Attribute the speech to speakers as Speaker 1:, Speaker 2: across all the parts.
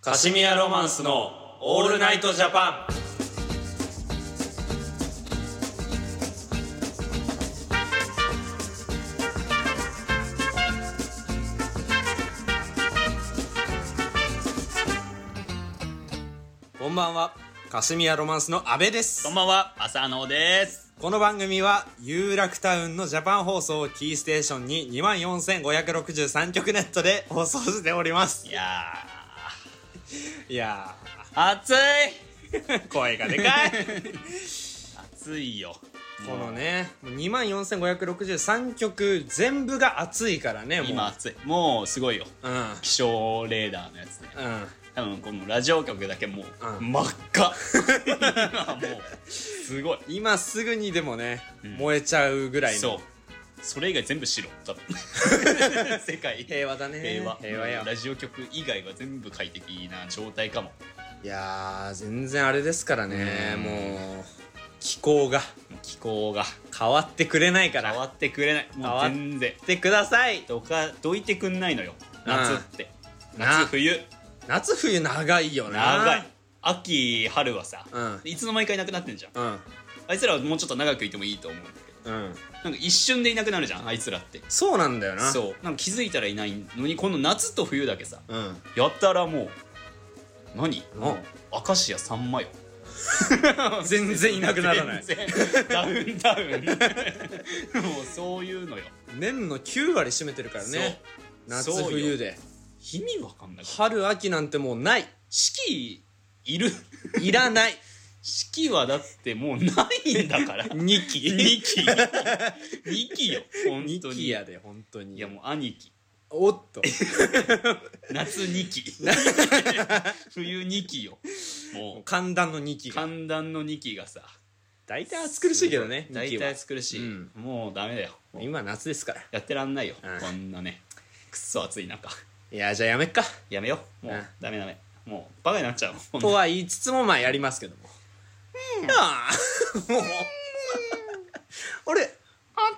Speaker 1: カシミヤロマンスのオールナイトジャパン。こんばんは。カシミヤロマンスの阿部です
Speaker 2: こん。ばんは、浅野です。
Speaker 1: この番組は有楽タウンのジャパン放送をキーステーションに24,563曲ネットで放送しております
Speaker 2: い。や
Speaker 1: いや
Speaker 2: ー、暑い
Speaker 1: ー、声がで かい
Speaker 2: 暑いよ。
Speaker 1: このね、24,563曲全部が熱いからね、もう。
Speaker 2: 今暑い。もうすごいよ。
Speaker 1: うん。
Speaker 2: 気象レーダーのやつね。
Speaker 1: うん。
Speaker 2: 多分このラジオ局だけもう、
Speaker 1: うん
Speaker 2: 真っ 赤。今もう、すごい。
Speaker 1: 今すぐにでもね、
Speaker 2: ん
Speaker 1: 燃えちゃうぐらいの。
Speaker 2: そう。それ以外全部白、多分。世界。
Speaker 1: 平和だね。
Speaker 2: 平和
Speaker 1: 平和や。
Speaker 2: ラジオ局以外は全部快適な状態かも
Speaker 1: いやー、全然あれですからね、
Speaker 2: うん
Speaker 1: もう、気候が
Speaker 2: 気候が
Speaker 1: 変わってくれないから。
Speaker 2: 変わってくれない
Speaker 1: 変
Speaker 2: もう
Speaker 1: わっ
Speaker 2: 全然
Speaker 1: ってください。
Speaker 2: どかどいてくんないのよ夏って
Speaker 1: うんな
Speaker 2: 夏冬
Speaker 1: 夏冬長いよな
Speaker 2: 長い秋春はさ、
Speaker 1: うん
Speaker 2: いつの間にかいなくなってんじゃん
Speaker 1: うん
Speaker 2: あいつらはもうちょっと長くいてもいいと思うんだけど
Speaker 1: うん
Speaker 2: なんか一瞬でいなくなるじゃんあいつらって
Speaker 1: そうなんだよなう
Speaker 2: そうなんか気づいたらいないのにこの夏と冬だけさ
Speaker 1: うん
Speaker 2: やったらもう何
Speaker 1: ん
Speaker 2: もうアカシアさんまよ
Speaker 1: 全然いなくならない
Speaker 2: 全然ダウンダウン もうそういうのよ
Speaker 1: 年の9割占めてるからね
Speaker 2: そう
Speaker 1: 夏冬で
Speaker 2: 意味わかんない
Speaker 1: 春秋なんてもうない
Speaker 2: 四季いる
Speaker 1: いらない
Speaker 2: 四季はだってもうないんだ から
Speaker 1: 二期
Speaker 2: 二期 二期よ本
Speaker 1: 二
Speaker 2: 当に
Speaker 1: 期やで本当に
Speaker 2: いやもう兄貴
Speaker 1: おっと
Speaker 2: 夏二 期冬二期よも
Speaker 1: 寒暖の2期
Speaker 2: う
Speaker 1: が
Speaker 2: 寒暖の二期がさ
Speaker 1: 大体暑苦しいけどね
Speaker 2: 大
Speaker 1: 二期は
Speaker 2: 体作るし、
Speaker 1: うん
Speaker 2: もうダメだよもう
Speaker 1: 今夏ですから
Speaker 2: やってらんないよ、
Speaker 1: うん
Speaker 2: こんなねくっそ暑い中
Speaker 1: いやじゃあやめっか
Speaker 2: やめようもう、
Speaker 1: うん
Speaker 2: ダメダメもうバカになっ ちゃうもん
Speaker 1: とは言いつつもまあやりますけどもあ あもうあれ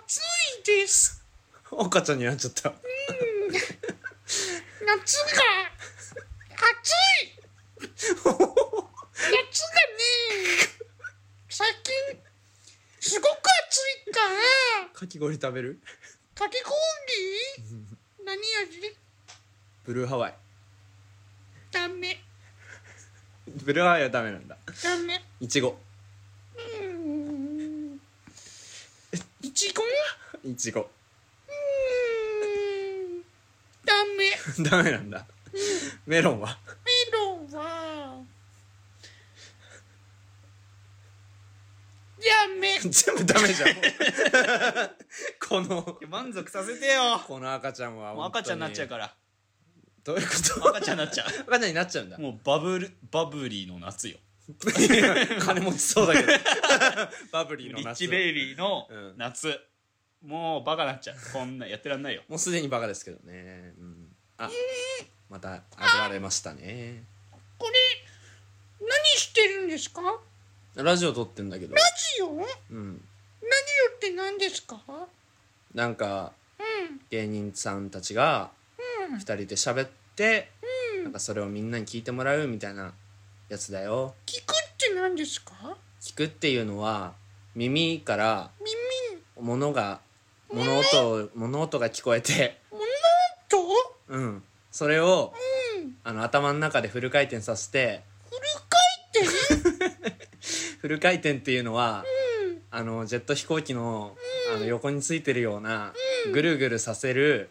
Speaker 2: 暑いです
Speaker 1: 赤ちゃんになっちゃった
Speaker 2: 夏が暑い夏がね最近すごく暑いから
Speaker 1: かき氷食べる
Speaker 2: かき氷何味
Speaker 1: ブルーハワイ
Speaker 2: ダメ
Speaker 1: ブルーハワイはダメなんだ
Speaker 2: ダメ
Speaker 1: いちご
Speaker 2: いちご
Speaker 1: いちご
Speaker 2: ダメ
Speaker 1: ダメなんだメロンは
Speaker 2: メロンはやめ
Speaker 1: 全部ダメじゃんもう この
Speaker 2: 満足させてよ
Speaker 1: この赤ちゃんは
Speaker 2: もう赤ちゃんになっちゃう
Speaker 1: ら
Speaker 2: から
Speaker 1: どういうこと
Speaker 2: 赤ちゃんになっちゃう
Speaker 1: 赤ちゃんになっちゃうん だ
Speaker 2: もうバブルバブリーの夏よ
Speaker 1: 金持ちそうだけど バブリーの
Speaker 2: リッ
Speaker 1: 夏
Speaker 2: チベイリーの
Speaker 1: うん
Speaker 2: 夏、もうバカなっちゃうこんなやってらんないよ
Speaker 1: もうすでにバカですけどね、うん、あまたあげられましたね
Speaker 3: これ何してるんですかラ
Speaker 1: ラジオ撮ってんだけど、
Speaker 3: ジオラジ
Speaker 1: うん、
Speaker 3: オって何ですかうん
Speaker 1: なんか芸人さんたちが2人で喋って、なんかそれをみんなに聞いてもらうみたいなやつだよ
Speaker 3: 聞くって何ですか
Speaker 1: 聞くっていうのは耳から
Speaker 3: 耳
Speaker 1: 物が物音を物音が聞こえて、
Speaker 3: と
Speaker 1: うん、それを、あの頭の中でフル回転させて
Speaker 3: フル回転
Speaker 1: フル回転っていうのは、あのジェット飛行機の,、あの横についてるような、ぐるぐるさせる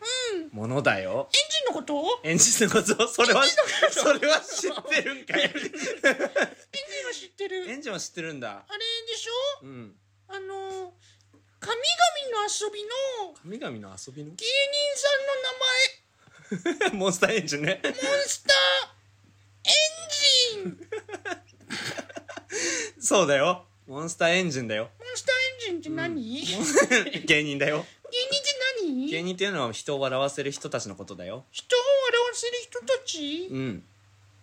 Speaker 1: ものだよ。
Speaker 3: エンジンのことエ
Speaker 1: エンジン のことそれはそれは知ってるんかい
Speaker 3: ンジンは知ってるあ
Speaker 1: エ
Speaker 3: れ
Speaker 1: ンジンは知ってるんだ
Speaker 3: でしょ
Speaker 1: うん
Speaker 3: あのー神々の遊びの
Speaker 1: 神々の遊びの
Speaker 3: 芸人さんの名
Speaker 1: モンスターエンジンね
Speaker 3: 前モンスターエンジンモン
Speaker 1: そうだよモンスターエンジンだよ
Speaker 3: スターエンジンって何、芸人って
Speaker 1: 芸人だよ芸
Speaker 3: 何
Speaker 1: 人っていうのは人を笑わせる人たちのことだよ
Speaker 3: 人を笑わせる人たち
Speaker 1: うん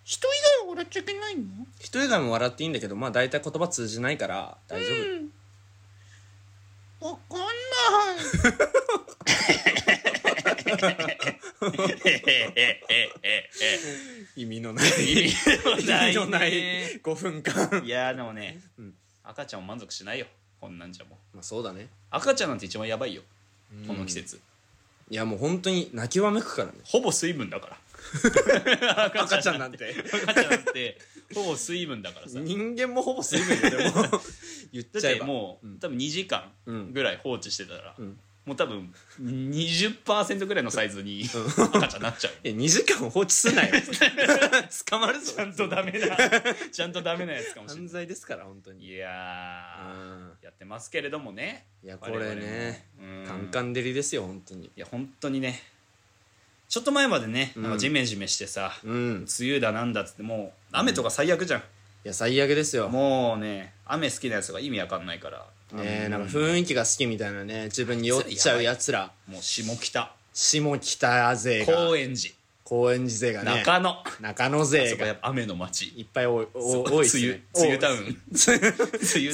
Speaker 3: 人以外は笑っちゃいけないの
Speaker 1: 人以外も笑っていいんだけどまあ大体言葉通じないから大丈夫
Speaker 3: わかんない。
Speaker 2: えええええ
Speaker 1: 意味のない
Speaker 2: え意
Speaker 1: 意
Speaker 2: 味のない,、ね、
Speaker 1: 味のない5分間
Speaker 2: いやーでもね、
Speaker 1: うん
Speaker 2: 赤ちゃんも満足しないよこんなんじゃもう
Speaker 1: まあそうだね
Speaker 2: 赤ちゃんなんて一番やばいよこの季節、
Speaker 1: いやもう本当に泣きわめくからね
Speaker 2: ほぼ水分だから
Speaker 1: 赤ちゃんなんて
Speaker 2: 赤ちゃんなんてほぼ水分だからさ
Speaker 1: 人間もほぼ水分よでも 言っ
Speaker 2: だっ
Speaker 1: ちゃえ
Speaker 2: て
Speaker 1: ば
Speaker 2: もう、
Speaker 1: ん
Speaker 2: 多分2時間
Speaker 1: うん
Speaker 2: ぐらい放置してたら、
Speaker 1: ん
Speaker 2: もう多分20%ぐらいのサイズに赤ちゃんなっちゃう
Speaker 1: え2時間放置すなよ 捕まるぞ
Speaker 2: ちゃんとダメなちゃんとダメなやつかもしれ
Speaker 1: 犯
Speaker 2: ない
Speaker 1: 罪ですから本当に
Speaker 2: いやー
Speaker 1: あ
Speaker 2: やってますけれどもね
Speaker 1: いやこれね
Speaker 2: 我々もうん
Speaker 1: カンカン照りですよ本当に
Speaker 2: いや本当にねちょっと前までねなん
Speaker 1: う
Speaker 2: か
Speaker 1: ん
Speaker 2: ジメジメしてさ、
Speaker 1: うん
Speaker 2: 梅雨だなんだっつってもう雨とか最悪じゃん、
Speaker 1: いや最悪ですよ
Speaker 2: もうね雨好きなやつが意味わかんないから
Speaker 1: ね
Speaker 2: う
Speaker 1: えなんか雰囲気が好きみたいなね自分に酔っちゃうやつら
Speaker 2: もう下北
Speaker 1: 下北勢が
Speaker 2: 高円寺、
Speaker 1: 高円寺勢がね
Speaker 2: 中野あ
Speaker 1: 中野
Speaker 2: そ
Speaker 1: 勢
Speaker 2: こや
Speaker 1: が
Speaker 2: っぱ雨の街
Speaker 1: いっぱい多いお
Speaker 2: そう
Speaker 1: 多いですね
Speaker 2: 梅雨梅雨タウン
Speaker 1: ン
Speaker 2: 梅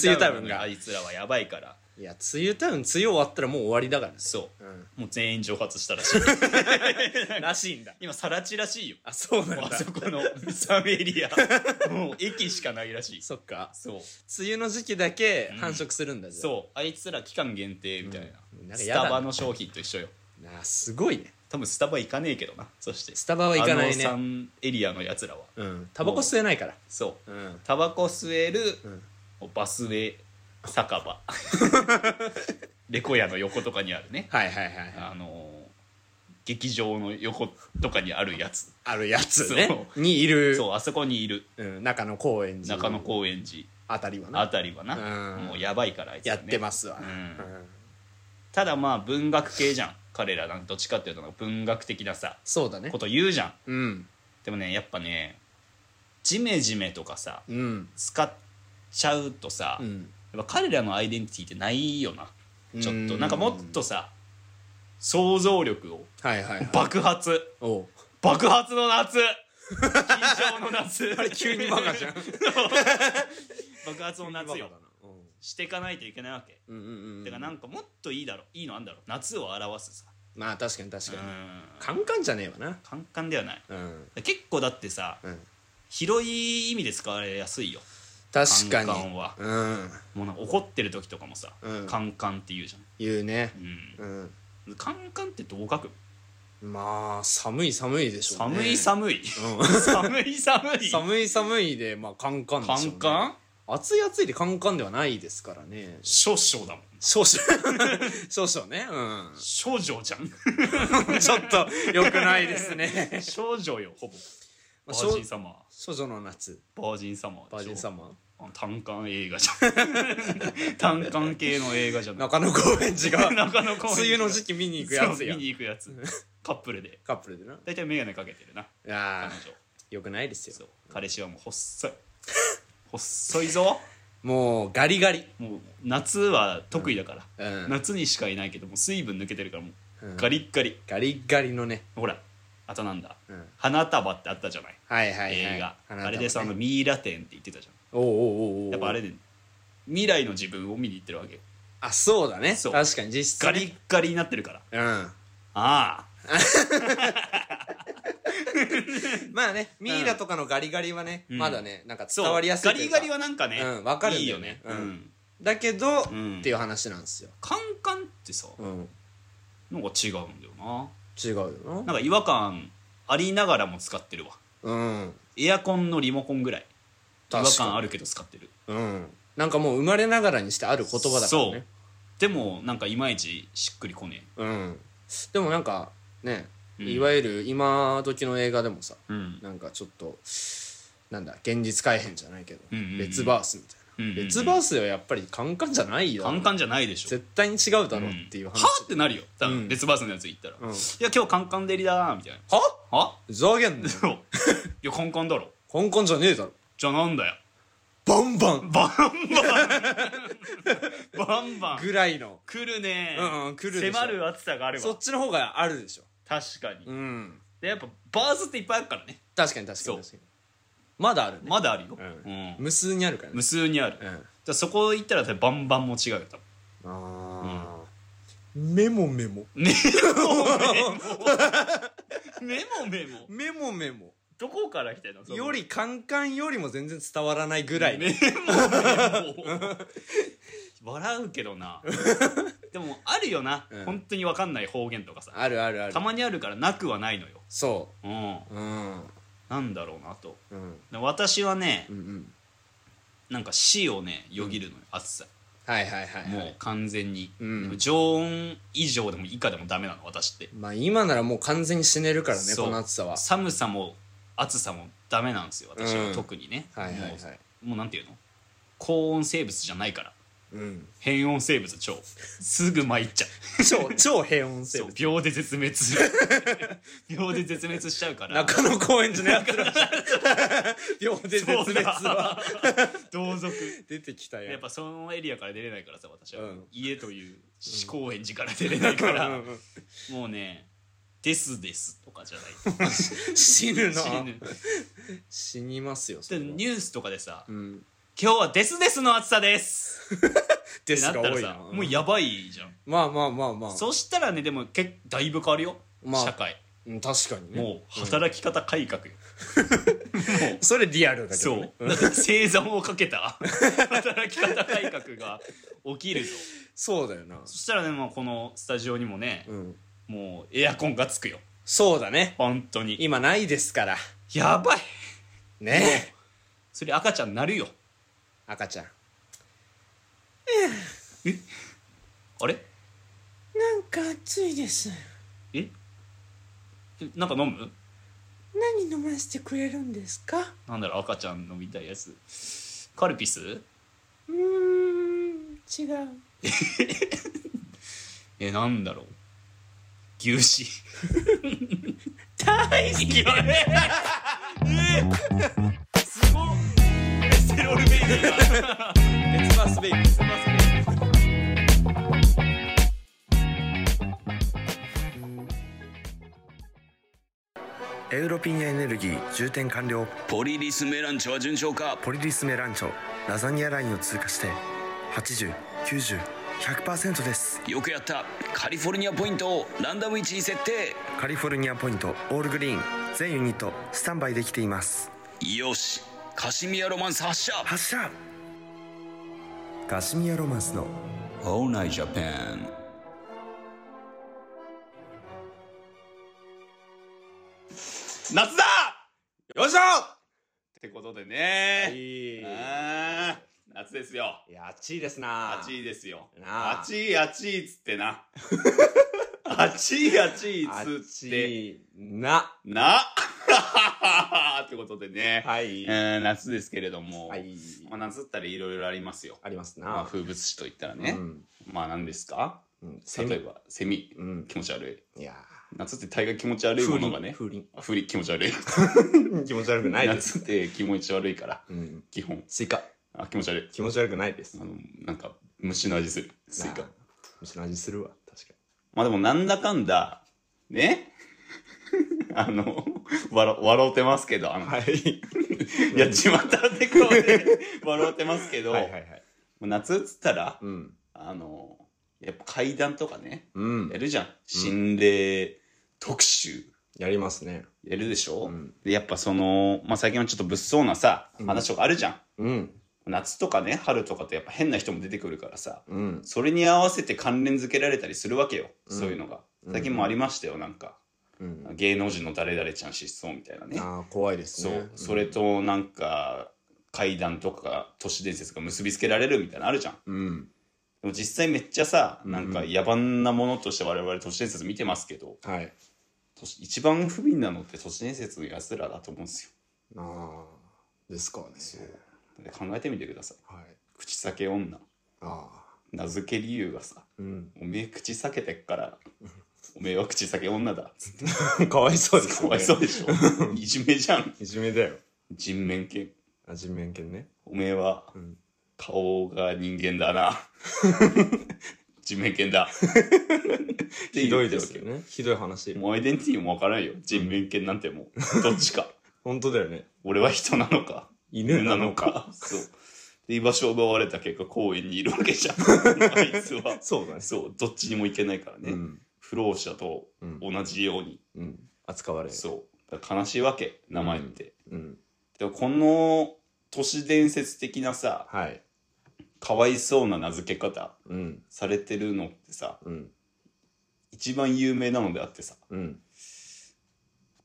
Speaker 1: 雨タウンが
Speaker 2: あいつらはやばいから
Speaker 1: いや梅雨タウン梅雨終わったらもう終わりだからね
Speaker 2: そう、
Speaker 1: うん
Speaker 2: もう全員蒸発したらしい
Speaker 1: らしいんだ
Speaker 2: 今さら地らしいよ
Speaker 1: あそうなん
Speaker 2: もうあ
Speaker 1: だ
Speaker 2: そこのサム エリアもう駅しかないらしい
Speaker 1: そっか
Speaker 2: そう
Speaker 1: 梅雨の時期だけ繁殖するんだじゃあ
Speaker 2: そうあいつら期間限定みたいな,、
Speaker 1: うんなんか
Speaker 2: ス
Speaker 1: やだね
Speaker 2: タバの商品と一緒よ
Speaker 1: なあすごいね
Speaker 2: 多分スタバ行かねえけどなそして
Speaker 1: スタバは行かない
Speaker 2: あの
Speaker 1: ね
Speaker 2: 3エリアのやつらは
Speaker 1: うんタバコ吸えないから
Speaker 2: そう
Speaker 1: うん
Speaker 2: タバコ吸える、
Speaker 1: ん
Speaker 2: バスウェイ酒場 レコ屋の横とかにあるね
Speaker 1: はいはいはいはい
Speaker 2: あのー劇場の横とかにあるやつ
Speaker 1: あるやつね
Speaker 2: そ
Speaker 1: にいる
Speaker 2: そうあそこにいる
Speaker 1: うん中野高円寺
Speaker 2: 中野高円寺
Speaker 1: あたりは
Speaker 2: あ
Speaker 1: な
Speaker 2: たりはな、
Speaker 1: うん
Speaker 2: もうやばいからあいつら
Speaker 1: や
Speaker 2: ね
Speaker 1: ってますわ
Speaker 2: うん
Speaker 1: うん
Speaker 2: ただまあ文学系じゃん彼らなんかどっちかっていうと文学的なさ
Speaker 1: そうだね
Speaker 2: こと言うじゃん
Speaker 1: うん
Speaker 2: でもねやっぱねジメジメとかさ
Speaker 1: うん
Speaker 2: 使っちゃうとさ、
Speaker 1: うん
Speaker 2: やっぱ彼らのアイデンティティってないよなちょっと
Speaker 1: うん
Speaker 2: なんかもっとさ想像力を
Speaker 1: はいはいはい
Speaker 2: 爆発
Speaker 1: おう
Speaker 2: 爆発 の夏緊張の夏あれ
Speaker 1: 急にバカじゃん
Speaker 2: 爆発の夏よ
Speaker 1: バカだなうん
Speaker 2: していかないといけないわけ、
Speaker 1: うんうんうん
Speaker 2: てかなんかもっといいだろいいのあんだろ夏を表すさ
Speaker 1: まあ確かに確
Speaker 2: う
Speaker 1: かに
Speaker 2: ん
Speaker 1: カンカンじゃねえわな
Speaker 2: カンカンではない
Speaker 1: うん
Speaker 2: 結構だってさ
Speaker 1: うん
Speaker 2: 広い意味で使われやすいよ
Speaker 1: 確か
Speaker 2: カンカン
Speaker 1: に
Speaker 2: は
Speaker 1: うん
Speaker 2: もうなんか怒ってる時とかもさ、
Speaker 1: うん
Speaker 2: カンカンって言うじゃ
Speaker 1: 言うね
Speaker 2: ん、うん
Speaker 1: うん
Speaker 2: カンカンってどう書く
Speaker 1: まあ寒い寒いでしょうね
Speaker 2: 寒い 寒
Speaker 1: う
Speaker 2: い、
Speaker 1: ん
Speaker 2: 寒い寒い
Speaker 1: 寒い寒いでまあカンカンで
Speaker 2: カ
Speaker 1: しょう
Speaker 2: ン
Speaker 1: ね
Speaker 2: カン
Speaker 1: 暑い暑いでカンカンではないですからね
Speaker 2: 少々だもん
Speaker 1: 少々少々ねう
Speaker 2: 少女じ ゃん
Speaker 1: んちょっと良くないですね
Speaker 2: 少女よほぼバ
Speaker 1: まあ
Speaker 2: ージン様
Speaker 1: 少女の夏
Speaker 2: バージン様
Speaker 1: バージン様
Speaker 2: あ単館映画じゃ ん単館系の映画じゃない
Speaker 1: 中野高円寺が
Speaker 2: 中野公園
Speaker 1: 梅雨の時期見に行くやつや
Speaker 2: そう見に行くやつカップルで
Speaker 1: カップルでな
Speaker 2: 大体眼鏡かけてるない
Speaker 1: や
Speaker 2: 彼
Speaker 1: ー
Speaker 2: 女
Speaker 1: 良くないです
Speaker 2: そう
Speaker 1: よ
Speaker 2: 彼氏はもう細い細いぞ
Speaker 1: もうガリガリ
Speaker 2: もう夏は得意だから、
Speaker 1: うん
Speaker 2: 夏にしかいないけどもう水分抜けてるからもう、
Speaker 1: うん
Speaker 2: ガリッガリ
Speaker 1: ガリガリのね
Speaker 2: ほらあとなんだ、
Speaker 1: うん
Speaker 2: 花束ってあったじゃない、
Speaker 1: はいはいはい
Speaker 2: 映画、
Speaker 1: 花束ね
Speaker 2: あれでさあのミイラ展って言ってたじゃ
Speaker 1: おうおうおうおうん
Speaker 2: やっぱあれで未来の自分を見に行ってるわけよ
Speaker 1: あそうだね
Speaker 2: そう
Speaker 1: 確かに実質
Speaker 2: ガ
Speaker 1: ね
Speaker 2: リッガリになってるから
Speaker 1: うん
Speaker 2: あ
Speaker 1: まあねミイラとかのガリガリはね、
Speaker 2: ん
Speaker 1: まだねなんか
Speaker 2: あ
Speaker 1: 伝わりやすい
Speaker 2: ガリガリは
Speaker 1: ね
Speaker 2: なんかね、
Speaker 1: うんわかるん
Speaker 2: いい
Speaker 1: だ
Speaker 2: よ
Speaker 1: よね
Speaker 2: ね、
Speaker 1: うん
Speaker 2: うん
Speaker 1: だけど、
Speaker 2: ん
Speaker 1: っていう話なんですよ、
Speaker 2: カンカンってさ、
Speaker 1: うん、
Speaker 2: なんか違うんだよな
Speaker 1: 違うよ
Speaker 2: な
Speaker 1: なん
Speaker 2: か違和感ありながらも使ってるわ
Speaker 1: うん
Speaker 2: エアコンのリモコンぐらい違和
Speaker 1: 確かに
Speaker 2: 感あるけど使ってる
Speaker 1: うんなんかもう生まれながらにしてある言葉だからね
Speaker 2: でもなんかいまいちしっくりこね
Speaker 1: う、ん、でもなんかね、
Speaker 2: うん
Speaker 1: いわゆる今時の映画でもさ
Speaker 2: えうん
Speaker 1: なんかちょっとなんだ現実改変じゃないけど、
Speaker 2: うんうんうん
Speaker 1: 別バースみたいな、
Speaker 2: うんうんうん
Speaker 1: 別バースではやっぱりカンカンじゃないよ
Speaker 2: カンカンじゃないでしょ
Speaker 1: 絶対に違うだろうっていう
Speaker 2: は
Speaker 1: 話、
Speaker 2: あってなるよ多
Speaker 1: う
Speaker 2: 分
Speaker 1: ん
Speaker 2: 別バースのやつ行ったら、
Speaker 1: うん
Speaker 2: いや今日カンカンデリだなみたいな
Speaker 1: は
Speaker 2: は
Speaker 1: ふざけんなよ
Speaker 2: そういやカンカンだろ
Speaker 1: カンカンじゃねえだろ
Speaker 2: じゃあなんだよ
Speaker 1: バンバン
Speaker 2: バンバンバンバン
Speaker 1: ぐらいの
Speaker 2: 来るね
Speaker 1: うんうん来るでしょ
Speaker 2: 迫る暑さがあれば
Speaker 1: そっちの方があるでしょ
Speaker 2: 確かに、
Speaker 1: うん
Speaker 2: でやっぱバースっていっぱいあるからね
Speaker 1: 確かに確か
Speaker 2: そう
Speaker 1: に確かにまだあるね
Speaker 2: まだあるよ、
Speaker 1: う
Speaker 2: うん
Speaker 1: 無数にあるからね
Speaker 2: 無数にある、
Speaker 1: う
Speaker 2: だか
Speaker 1: ん
Speaker 2: らそこ行ったら多分バンバンも違うよ多分
Speaker 1: ああメモメモ
Speaker 2: ねメモメモ
Speaker 1: メモメモ
Speaker 2: どこから来てんのその
Speaker 1: よりカンカンよりも全然伝わらないぐらい、
Speaker 2: メ
Speaker 1: ね、
Speaker 2: モメモ笑うけどなでもあるよな、
Speaker 1: うん
Speaker 2: 本当に分かんない方言とかさ
Speaker 1: あるあるある
Speaker 2: たまにあるからなくはないのよ
Speaker 1: そ
Speaker 2: うん
Speaker 1: ううん
Speaker 2: なんだろうなと
Speaker 1: うん
Speaker 2: で私はね
Speaker 1: うんうん
Speaker 2: なんか死をねよぎるのよ、暑さ
Speaker 1: はいはいはい、はい、
Speaker 2: もう完全に、
Speaker 1: うん
Speaker 2: でも常温以上でも以下でもダメなの私って
Speaker 1: まあ今ならもう完全に死ねるからね
Speaker 2: そう
Speaker 1: この暑さは
Speaker 2: 寒さも暑さもダメなんですよ私
Speaker 1: う
Speaker 2: は
Speaker 1: ん
Speaker 2: 特にね、
Speaker 1: はいはいはい
Speaker 2: もうもうなんていうの高温生物じゃないから
Speaker 1: うん
Speaker 2: 変温生物超すぐ参っちゃう
Speaker 1: 超超平穏生
Speaker 2: そう
Speaker 1: 物
Speaker 2: 秒で絶滅 秒で絶滅しちゃうから
Speaker 1: 中野公園じゃなくて 秒で絶滅
Speaker 2: そう
Speaker 1: は
Speaker 2: だ同族
Speaker 1: 出てきたよ
Speaker 2: やっぱそのエリアから出れないからさ私は、
Speaker 1: うん
Speaker 2: 家という思考園寺から出れないから、
Speaker 1: うんうん
Speaker 2: もうね「ですです」とかじゃ ない
Speaker 1: 死ぬな
Speaker 2: 死ぬ
Speaker 1: 死にますよそ
Speaker 2: で
Speaker 1: れは
Speaker 2: ニュースとかでさ
Speaker 1: うん
Speaker 2: 「今日はデスデスの暑さです」
Speaker 1: で
Speaker 2: って
Speaker 1: す
Speaker 2: なっ
Speaker 1: が
Speaker 2: た
Speaker 1: 多
Speaker 2: ら
Speaker 1: い
Speaker 2: さ
Speaker 1: な
Speaker 2: もうやばいじゃん
Speaker 1: まあまあまあまあ
Speaker 2: そしたらねでもけだいぶ変わるよ、
Speaker 1: まあ
Speaker 2: 社会
Speaker 1: うん確かにね
Speaker 2: もう働き方改革よ、 も
Speaker 1: それリアル
Speaker 2: う
Speaker 1: だけ
Speaker 2: そ
Speaker 1: ど
Speaker 2: う
Speaker 1: ね
Speaker 2: だって正座をかけた働き方改革が起きるぞ
Speaker 1: そうだよな
Speaker 2: そしたらねもうこのスタジオにもね
Speaker 1: う、ん
Speaker 2: もうエアコンがつくよ
Speaker 1: そうだね
Speaker 2: 本当に
Speaker 1: 今ないですから
Speaker 2: やばい
Speaker 1: ね
Speaker 2: それ赤ちゃんなるよ
Speaker 1: 赤ちゃん
Speaker 2: あれ
Speaker 3: なんか暑いです
Speaker 2: ええなんか飲む
Speaker 3: 何飲ませてくれるんですか
Speaker 2: なんだろう赤ちゃん飲みたいやつカルピス
Speaker 3: うーん違う
Speaker 2: えなんだろう牛脂
Speaker 3: 大好き
Speaker 2: やべええすごっコレステロールベイビーが
Speaker 1: 別バスベイビー
Speaker 4: エウロピニアエネルギー充填完了
Speaker 5: ポリリスメランチョは順調か
Speaker 4: ポリリスメランチョラザニアラインを通過して8090100%です
Speaker 5: よくやったカリフォルニアポイントをランダム位置に設定
Speaker 4: カリフォルニアポイントオールグリーン全ユニットスタンバイできています
Speaker 5: よしカシミヤロマンス発射
Speaker 4: 発射カシミヤロマンスの
Speaker 5: All Night Japan
Speaker 2: 夏だ
Speaker 1: よいしょ
Speaker 2: ってことで
Speaker 1: は
Speaker 2: ね、
Speaker 1: いい
Speaker 2: あー夏ですよ
Speaker 1: や暑いですな
Speaker 2: 暑いですよ
Speaker 1: なあ
Speaker 2: 暑い暑いっつっ てな暑い暑いっつ
Speaker 1: 暑
Speaker 2: って
Speaker 1: いな
Speaker 2: なってことでね、
Speaker 1: はい
Speaker 2: えー夏ですけれども、
Speaker 1: はい
Speaker 2: まあ、夏ったらいろいろありますよ、
Speaker 1: あります
Speaker 2: まあ、
Speaker 1: な
Speaker 2: 風物詩といったらね、
Speaker 1: うん
Speaker 2: まあ何ですか
Speaker 1: うんセ
Speaker 2: 例え
Speaker 1: ミ
Speaker 2: ばセミ、
Speaker 1: うん
Speaker 2: 気持ち悪
Speaker 1: いや
Speaker 2: い夏って大概気持ち悪
Speaker 1: ー
Speaker 2: いものがね
Speaker 1: 風鈴
Speaker 2: ふり気持ち悪い
Speaker 1: 風鈴気持ち悪くないです
Speaker 2: 夏って気持ち悪いから
Speaker 1: うん
Speaker 2: 基本
Speaker 1: スイカ
Speaker 2: あ気持ち悪い
Speaker 1: 気持ち悪くないです
Speaker 2: あのなんか虫の味するスイカ
Speaker 1: なあ虫の味するわ確か
Speaker 2: まあでもなんだかんだ、ね あの、笑、笑うてますけど、あの、
Speaker 1: に
Speaker 2: やっちまったって顔で笑うてますけど、
Speaker 1: はいはいはいはい
Speaker 2: もう夏っつったら、
Speaker 1: うん
Speaker 2: あの、やっぱ階段とかね、
Speaker 1: うん
Speaker 2: やるじゃん。心霊特集、
Speaker 1: やりますね
Speaker 2: やるでしょ、
Speaker 1: うん
Speaker 2: で、やっぱその、まあ最近はちょっと物騒なさ、話とかあるじゃん。
Speaker 1: うん
Speaker 2: 夏とかね、春とかってやっぱ変な人も出てくるからさ、
Speaker 1: うん
Speaker 2: それに合わせて関連付けられたりするわけよ、そういうのが。最近もありましたよ、なんか。
Speaker 1: うん
Speaker 2: 芸能人の誰々ちゃん失踪みたいなね
Speaker 1: ああ怖いです
Speaker 2: そう、
Speaker 1: ね
Speaker 2: それとなんか怪談とか都市伝説が結びつけられるみたいなのあるじゃん
Speaker 1: うん
Speaker 2: でも実際めっちゃさなんか野蛮なものとして我々都市伝説見てますけど
Speaker 1: はい
Speaker 2: 都市一番不憫なのって都市伝説のやつらだと思うんですよ
Speaker 1: ああですかね
Speaker 2: で考えてみてください
Speaker 1: はい
Speaker 2: 口裂け女
Speaker 1: あ
Speaker 2: 名付け理由がさ
Speaker 1: あうん
Speaker 2: 「おめえ口裂けてっからおめえは口裂け女だ」つって
Speaker 1: かわいそうです
Speaker 2: かわいそうでしょ いじめじゃん
Speaker 1: いじめだよ
Speaker 2: 人面犬
Speaker 1: あ人面犬ね
Speaker 2: おめえは
Speaker 1: ん
Speaker 2: 顔が人間 だな。人面犬だ。
Speaker 1: ひどいですよ
Speaker 2: よ。
Speaker 1: ねひどい話
Speaker 2: もうアイデンティティもわからんよ。人面犬なんてもう、どっ ちか。
Speaker 1: 本当だよね
Speaker 2: 俺は人なのか、
Speaker 1: 犬な
Speaker 2: な
Speaker 1: の
Speaker 2: の
Speaker 1: か
Speaker 2: か。そう。で、居場所を奪われた結果、公園にいるわ けじゃん。あいつは。
Speaker 1: そうだね
Speaker 2: そう、どっちにも行けないからね。
Speaker 1: うん
Speaker 2: 不老者と
Speaker 1: うん
Speaker 2: 同じように、
Speaker 1: うん扱われる
Speaker 2: そうだから悲しいわけ名前って、
Speaker 1: うん
Speaker 2: でもこの都市伝説的なさ
Speaker 1: はい
Speaker 2: かわいそうな名付け方
Speaker 1: うん
Speaker 2: されてるのってさ
Speaker 1: うん
Speaker 2: 一番有名なのであってさ
Speaker 1: うん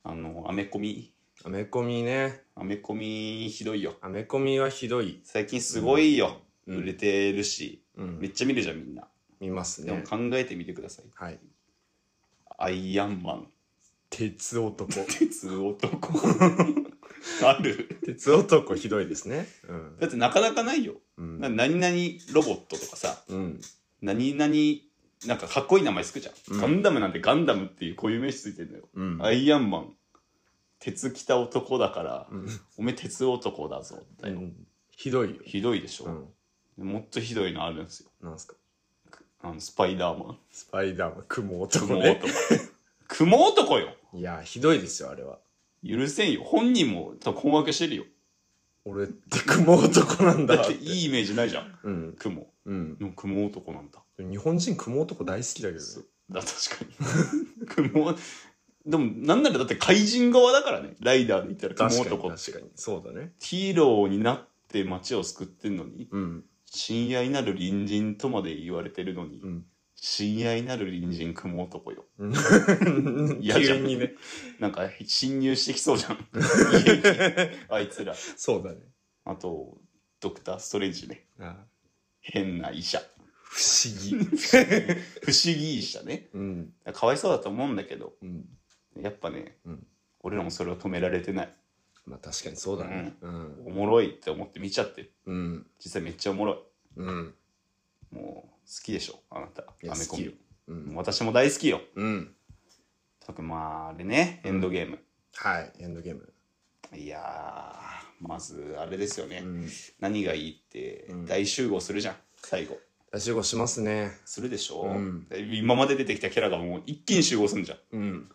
Speaker 2: あのアメコミ
Speaker 1: アメコミね
Speaker 2: アメコミひどいよ
Speaker 1: アメコミはひどい、
Speaker 2: 最近すごいよ、
Speaker 1: うん
Speaker 2: 売れてるし
Speaker 1: うん
Speaker 2: めっちゃ見るじゃんみんな
Speaker 1: 見ます
Speaker 2: でも
Speaker 1: ね
Speaker 2: 考えてみてください、
Speaker 1: はい
Speaker 2: アイアンマン
Speaker 1: 鉄 男
Speaker 2: 鉄男ある
Speaker 1: 鉄男ひどいですねうん
Speaker 2: だってなかなかないよ、
Speaker 1: うん
Speaker 2: な何々ロボットとかさ
Speaker 1: うん
Speaker 2: 何々なんかかっこいい名前つくじゃん、ガンダムなんてガンダムっていうこういう名詞ついてんのよ、
Speaker 1: うん
Speaker 2: アイアンマン鉄着た男だから、おめえ鉄男だぞだよ、
Speaker 1: ひどいよ
Speaker 2: ひどいでし
Speaker 1: う
Speaker 2: ょ、
Speaker 1: ん
Speaker 2: もっとひどいのあるんですよ
Speaker 1: なんすか
Speaker 2: あのスパイダーマン
Speaker 1: スパイダーマン雲男
Speaker 2: 雲
Speaker 1: ね
Speaker 2: 男雲男よ
Speaker 1: いやひどいですよあれは
Speaker 2: 許せんよ本人も多分困惑してるよ
Speaker 1: 俺って雲男なんだ
Speaker 2: だっていいイメージないじゃん
Speaker 1: うん
Speaker 2: 雲
Speaker 1: うん
Speaker 2: でも雲男なんだ
Speaker 1: 日本人雲男大好きだけどね
Speaker 2: だ確かに 雲でもなんならだって怪人側だからねライダーで言ったら
Speaker 1: 確
Speaker 2: 雲
Speaker 1: かに
Speaker 2: 男
Speaker 1: 確かにそうだね
Speaker 2: ヒーローになって街を救ってんのに、
Speaker 1: うん
Speaker 2: 親愛なる隣人とまで言われてるのに、
Speaker 1: ん
Speaker 2: 親愛なる隣人雲男よ。嫌じゃ
Speaker 1: 急
Speaker 2: ん
Speaker 1: にね
Speaker 2: なんか侵入してきそうじゃ ん。家にあいつら。
Speaker 1: そうだね
Speaker 2: あと、ドクター・ストレンジね。
Speaker 1: あ
Speaker 2: 変な 医者。
Speaker 1: 不思議
Speaker 2: 不思議医者ね。
Speaker 1: うん
Speaker 2: かわいそうだと思うんだけど、
Speaker 1: うん
Speaker 2: やっぱね、
Speaker 1: ん
Speaker 2: 俺らもそれを止められてない。
Speaker 1: まあ確かにそうだねうん
Speaker 2: おもろいって思って見ちゃってる。
Speaker 1: うん
Speaker 2: 実際めっちゃおもろい。
Speaker 1: うん
Speaker 2: もう、好きでしょ、あなた。
Speaker 1: いや
Speaker 2: アメコミ
Speaker 1: 好き。うん
Speaker 2: もう私も大好きよ。
Speaker 1: うん
Speaker 2: 特にまあ、あれね、エンドゲーム。
Speaker 1: はいエンドゲーム
Speaker 2: いやー、まず、あれですよね。
Speaker 1: ん
Speaker 2: 何がいいって、大集合するじゃん、最後。
Speaker 1: 大集合しますね
Speaker 2: するでしょ、
Speaker 1: うん
Speaker 2: 今まで出てきたキャラがもう一気に集合するじゃん。
Speaker 1: うん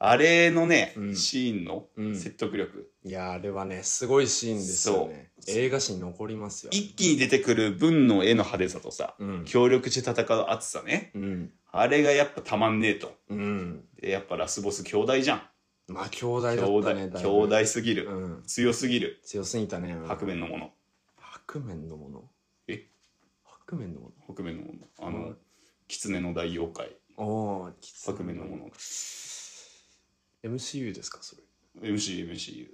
Speaker 2: あれのね、
Speaker 1: ん
Speaker 2: シーンの
Speaker 1: ん
Speaker 2: 説得力、
Speaker 1: いやあれはねすごいシーンですよね映画史に残りますよ
Speaker 2: 一気に出てくる文の絵の派手さとさ、
Speaker 1: うん
Speaker 2: 協力して戦う熱さね。
Speaker 1: うん
Speaker 2: あれがやっぱたまんねえと。
Speaker 1: うん
Speaker 2: でやっぱラスボス兄弟じゃん。
Speaker 1: まあ兄弟だっ
Speaker 2: 兄
Speaker 1: た
Speaker 2: 弟、
Speaker 1: ねだいぶ
Speaker 2: 兄弟すぎる、
Speaker 1: うん
Speaker 2: 強すぎる。
Speaker 1: 強すぎたね
Speaker 2: 白面のもの。
Speaker 1: 白面のもの
Speaker 2: え
Speaker 1: 白面のも
Speaker 2: 北面のものあの、狐の大妖怪
Speaker 1: のおお
Speaker 2: 北面のもの
Speaker 1: MCU ですかそれ
Speaker 2: MCMCU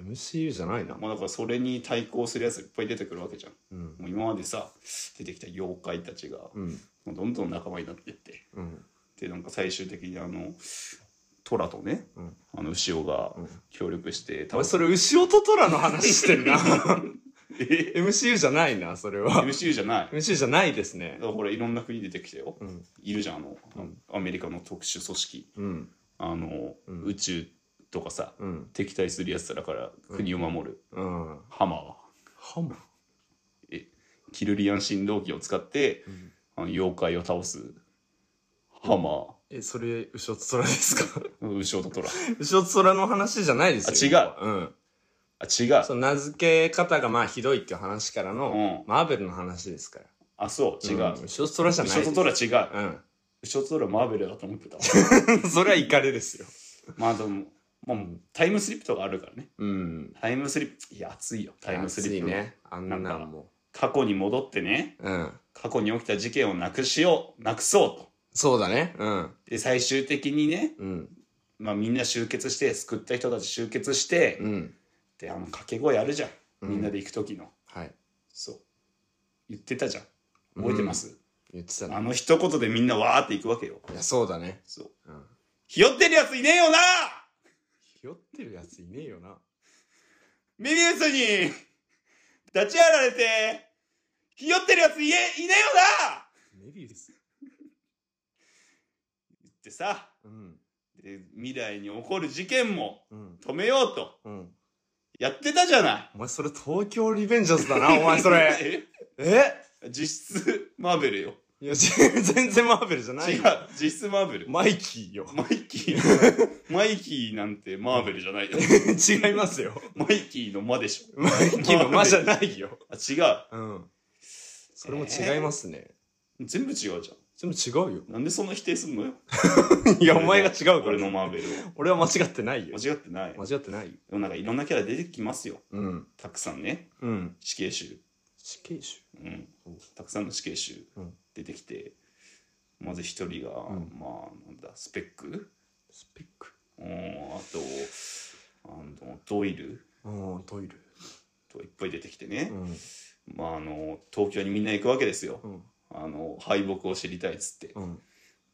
Speaker 1: MCU じゃないな
Speaker 2: まあだからそれに対抗するやついっぱい出てくるわけじゃん、
Speaker 1: うん
Speaker 2: もう今までさ出てきた妖怪たちが、
Speaker 1: うん
Speaker 2: もうどんどん仲間になってって
Speaker 1: うん
Speaker 2: でなんか最終的にあのトラとね、あの牛尾が協力し
Speaker 1: お
Speaker 2: て倒
Speaker 1: 前
Speaker 2: す、
Speaker 1: それ牛尾と虎の話して んな MCU じゃないなそれは
Speaker 2: MCU じゃないだ
Speaker 1: MCU じゃないですね
Speaker 2: からほらいろんな国出てきたよ、いるじゃんあの、アメリカの特殊組織
Speaker 1: うん
Speaker 2: あの、宇宙とかさ、
Speaker 1: ん
Speaker 2: 敵対するやつらから国を守る、
Speaker 1: うん
Speaker 2: ハマーは
Speaker 1: ハマ
Speaker 2: えキルリアン振動機を使って、あの妖怪を倒すハマ
Speaker 1: えそれ牛尾と虎ですか
Speaker 2: ー、ウショウとトラ
Speaker 1: 牛尾と虎の話じゃないですよ
Speaker 2: あ違う
Speaker 1: 今はうん
Speaker 2: あ違う
Speaker 1: その名付け方がまあひどいっていう話からの、
Speaker 2: うん
Speaker 1: マーベルの話ですから
Speaker 2: あそう違う、
Speaker 1: ん牛尾と虎じゃ
Speaker 2: ウ
Speaker 1: ない
Speaker 2: ショ
Speaker 1: で
Speaker 2: ウ
Speaker 1: す
Speaker 2: とトラ違う
Speaker 1: う
Speaker 2: ウショウとトラマーベルだと思ってた
Speaker 1: んそれは怒りですよ
Speaker 2: まあでもまあタイムスリップとかあるからね
Speaker 1: うん
Speaker 2: タイムスリップいや熱いよタイムスリップ
Speaker 1: 熱いねあんなん
Speaker 2: なんか
Speaker 1: も
Speaker 2: 過去に戻ってね
Speaker 1: うん
Speaker 2: 過去に起きた事件をなくしようなくそうと
Speaker 1: そうだねうん
Speaker 2: で最終的にね、
Speaker 1: うん
Speaker 2: まあ、みんな集結して救った人たち集結して、
Speaker 1: うん
Speaker 2: であの掛け声あるじゃんみんなで行く時の、
Speaker 1: はい
Speaker 2: そう。言ってたじゃん。覚えてます、
Speaker 1: 言ってた
Speaker 2: あ
Speaker 1: ね
Speaker 2: の一言でみんなわーっていくわけよ。
Speaker 1: いやそうだね
Speaker 2: そ
Speaker 1: う
Speaker 2: う。
Speaker 1: ん
Speaker 2: ひよってるやついねえよな
Speaker 1: ひよってるやついねえよな
Speaker 2: メビウスに、立ちやられて、ひよってるやついねいねえよな
Speaker 1: メビウス
Speaker 2: ってさ、
Speaker 1: うん
Speaker 2: で未来に起こる事件も
Speaker 1: うん
Speaker 2: 止めようと、
Speaker 1: うん
Speaker 2: やってたじゃない。
Speaker 1: お前それ東京リベンジャーズだ なお前それ
Speaker 2: え
Speaker 1: え
Speaker 2: 実質マーベルよ。
Speaker 1: いや全然マーベルじゃな
Speaker 2: 違
Speaker 1: いうよ、
Speaker 2: 実質マーベル。
Speaker 1: マイキーよ
Speaker 2: マイキー、マイキーなんてマーベルじゃな いよ。
Speaker 1: 違いますよ
Speaker 2: マイキーの間でしょ。
Speaker 1: マイキーの間じゃないよ
Speaker 2: あ、違う。
Speaker 1: うんそれも違いますね、
Speaker 2: 全部違うじゃん。
Speaker 1: 全部違うよ。
Speaker 2: なんでそんな否定すんのよ。
Speaker 1: いや、お前が違うから
Speaker 2: 俺。のマーベルを。
Speaker 1: 俺は間違ってないよ。
Speaker 2: 間違ってない。
Speaker 1: 間違ってないよ。
Speaker 2: でもなんかいろんなキャラ出てきますよ。
Speaker 1: うん。
Speaker 2: たくさんね。
Speaker 1: うん。
Speaker 2: 死刑囚。
Speaker 1: 死刑囚
Speaker 2: うん。たくさんの死刑囚
Speaker 1: ん
Speaker 2: 出てきて、まず一人が、まあ、なんだ、スペック
Speaker 1: スペック。
Speaker 2: うん、あと、あの、ドイル
Speaker 1: うん、トイレ。
Speaker 2: とかいっぱい出てきてね。
Speaker 1: うん。
Speaker 2: まあ、あの、東京にみんな行くわけですよ。
Speaker 1: ん
Speaker 2: あの、敗北を知りたいっつって。
Speaker 1: うん。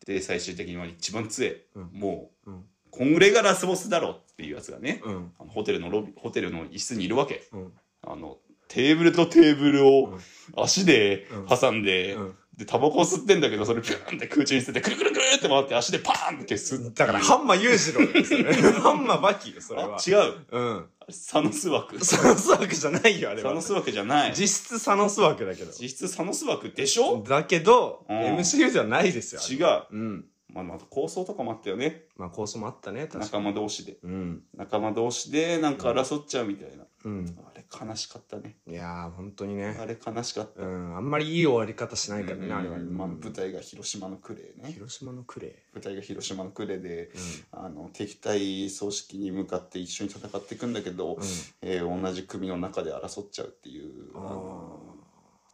Speaker 2: で、最終的には一番強い。
Speaker 1: うん
Speaker 2: もう、
Speaker 1: うん
Speaker 2: こんぐらいがラスボスだろっていうやつがね、
Speaker 1: うん。
Speaker 2: あのホテルのロビ、ホテルの一室にいるわけ。
Speaker 1: うん。
Speaker 2: あの、テーブルとテーブル
Speaker 1: う
Speaker 2: を
Speaker 1: ん
Speaker 2: 足で
Speaker 1: うん
Speaker 2: 挟んで、
Speaker 1: うん
Speaker 2: で、タバコを吸ってんだけど、それピューンって空中に捨てて、くるくるくるって回って足でパーンって吸って。
Speaker 1: だから、ハンマー裕次郎よそれハンマーバキよ、それ
Speaker 2: あ
Speaker 1: は。、
Speaker 2: 違う。
Speaker 1: うん。
Speaker 2: サノス枠。サ
Speaker 1: サノス枠じゃないよ、あれは
Speaker 2: ノ。ス枠じゃない。
Speaker 1: 実質サノス枠だけど。
Speaker 2: 実質サノス枠でしょ
Speaker 1: だけど、
Speaker 2: うん
Speaker 1: MCU ではないですよ。あれ
Speaker 2: 違う。ま
Speaker 1: うん。
Speaker 2: あ、また構想とかもあったよね。
Speaker 1: まあ、構想もあったね、確か
Speaker 2: 仲間同士で。
Speaker 1: に。うん。
Speaker 2: 仲間同士でなんか争っちゃうみたいな。
Speaker 1: うん。
Speaker 2: あれ悲しかったね。
Speaker 1: いやー、本当にね。
Speaker 2: あれ悲しかった。
Speaker 1: うん。あんまりいい終わり方しないからね、あれは。
Speaker 2: まあ、舞台が広島の呉ね。
Speaker 1: 広島のクレイ。
Speaker 2: 舞台が広島の呉で、あの敵対組織に向かって一緒に戦っていくんだけど、えー同じ組の中で争っちゃうっていうあの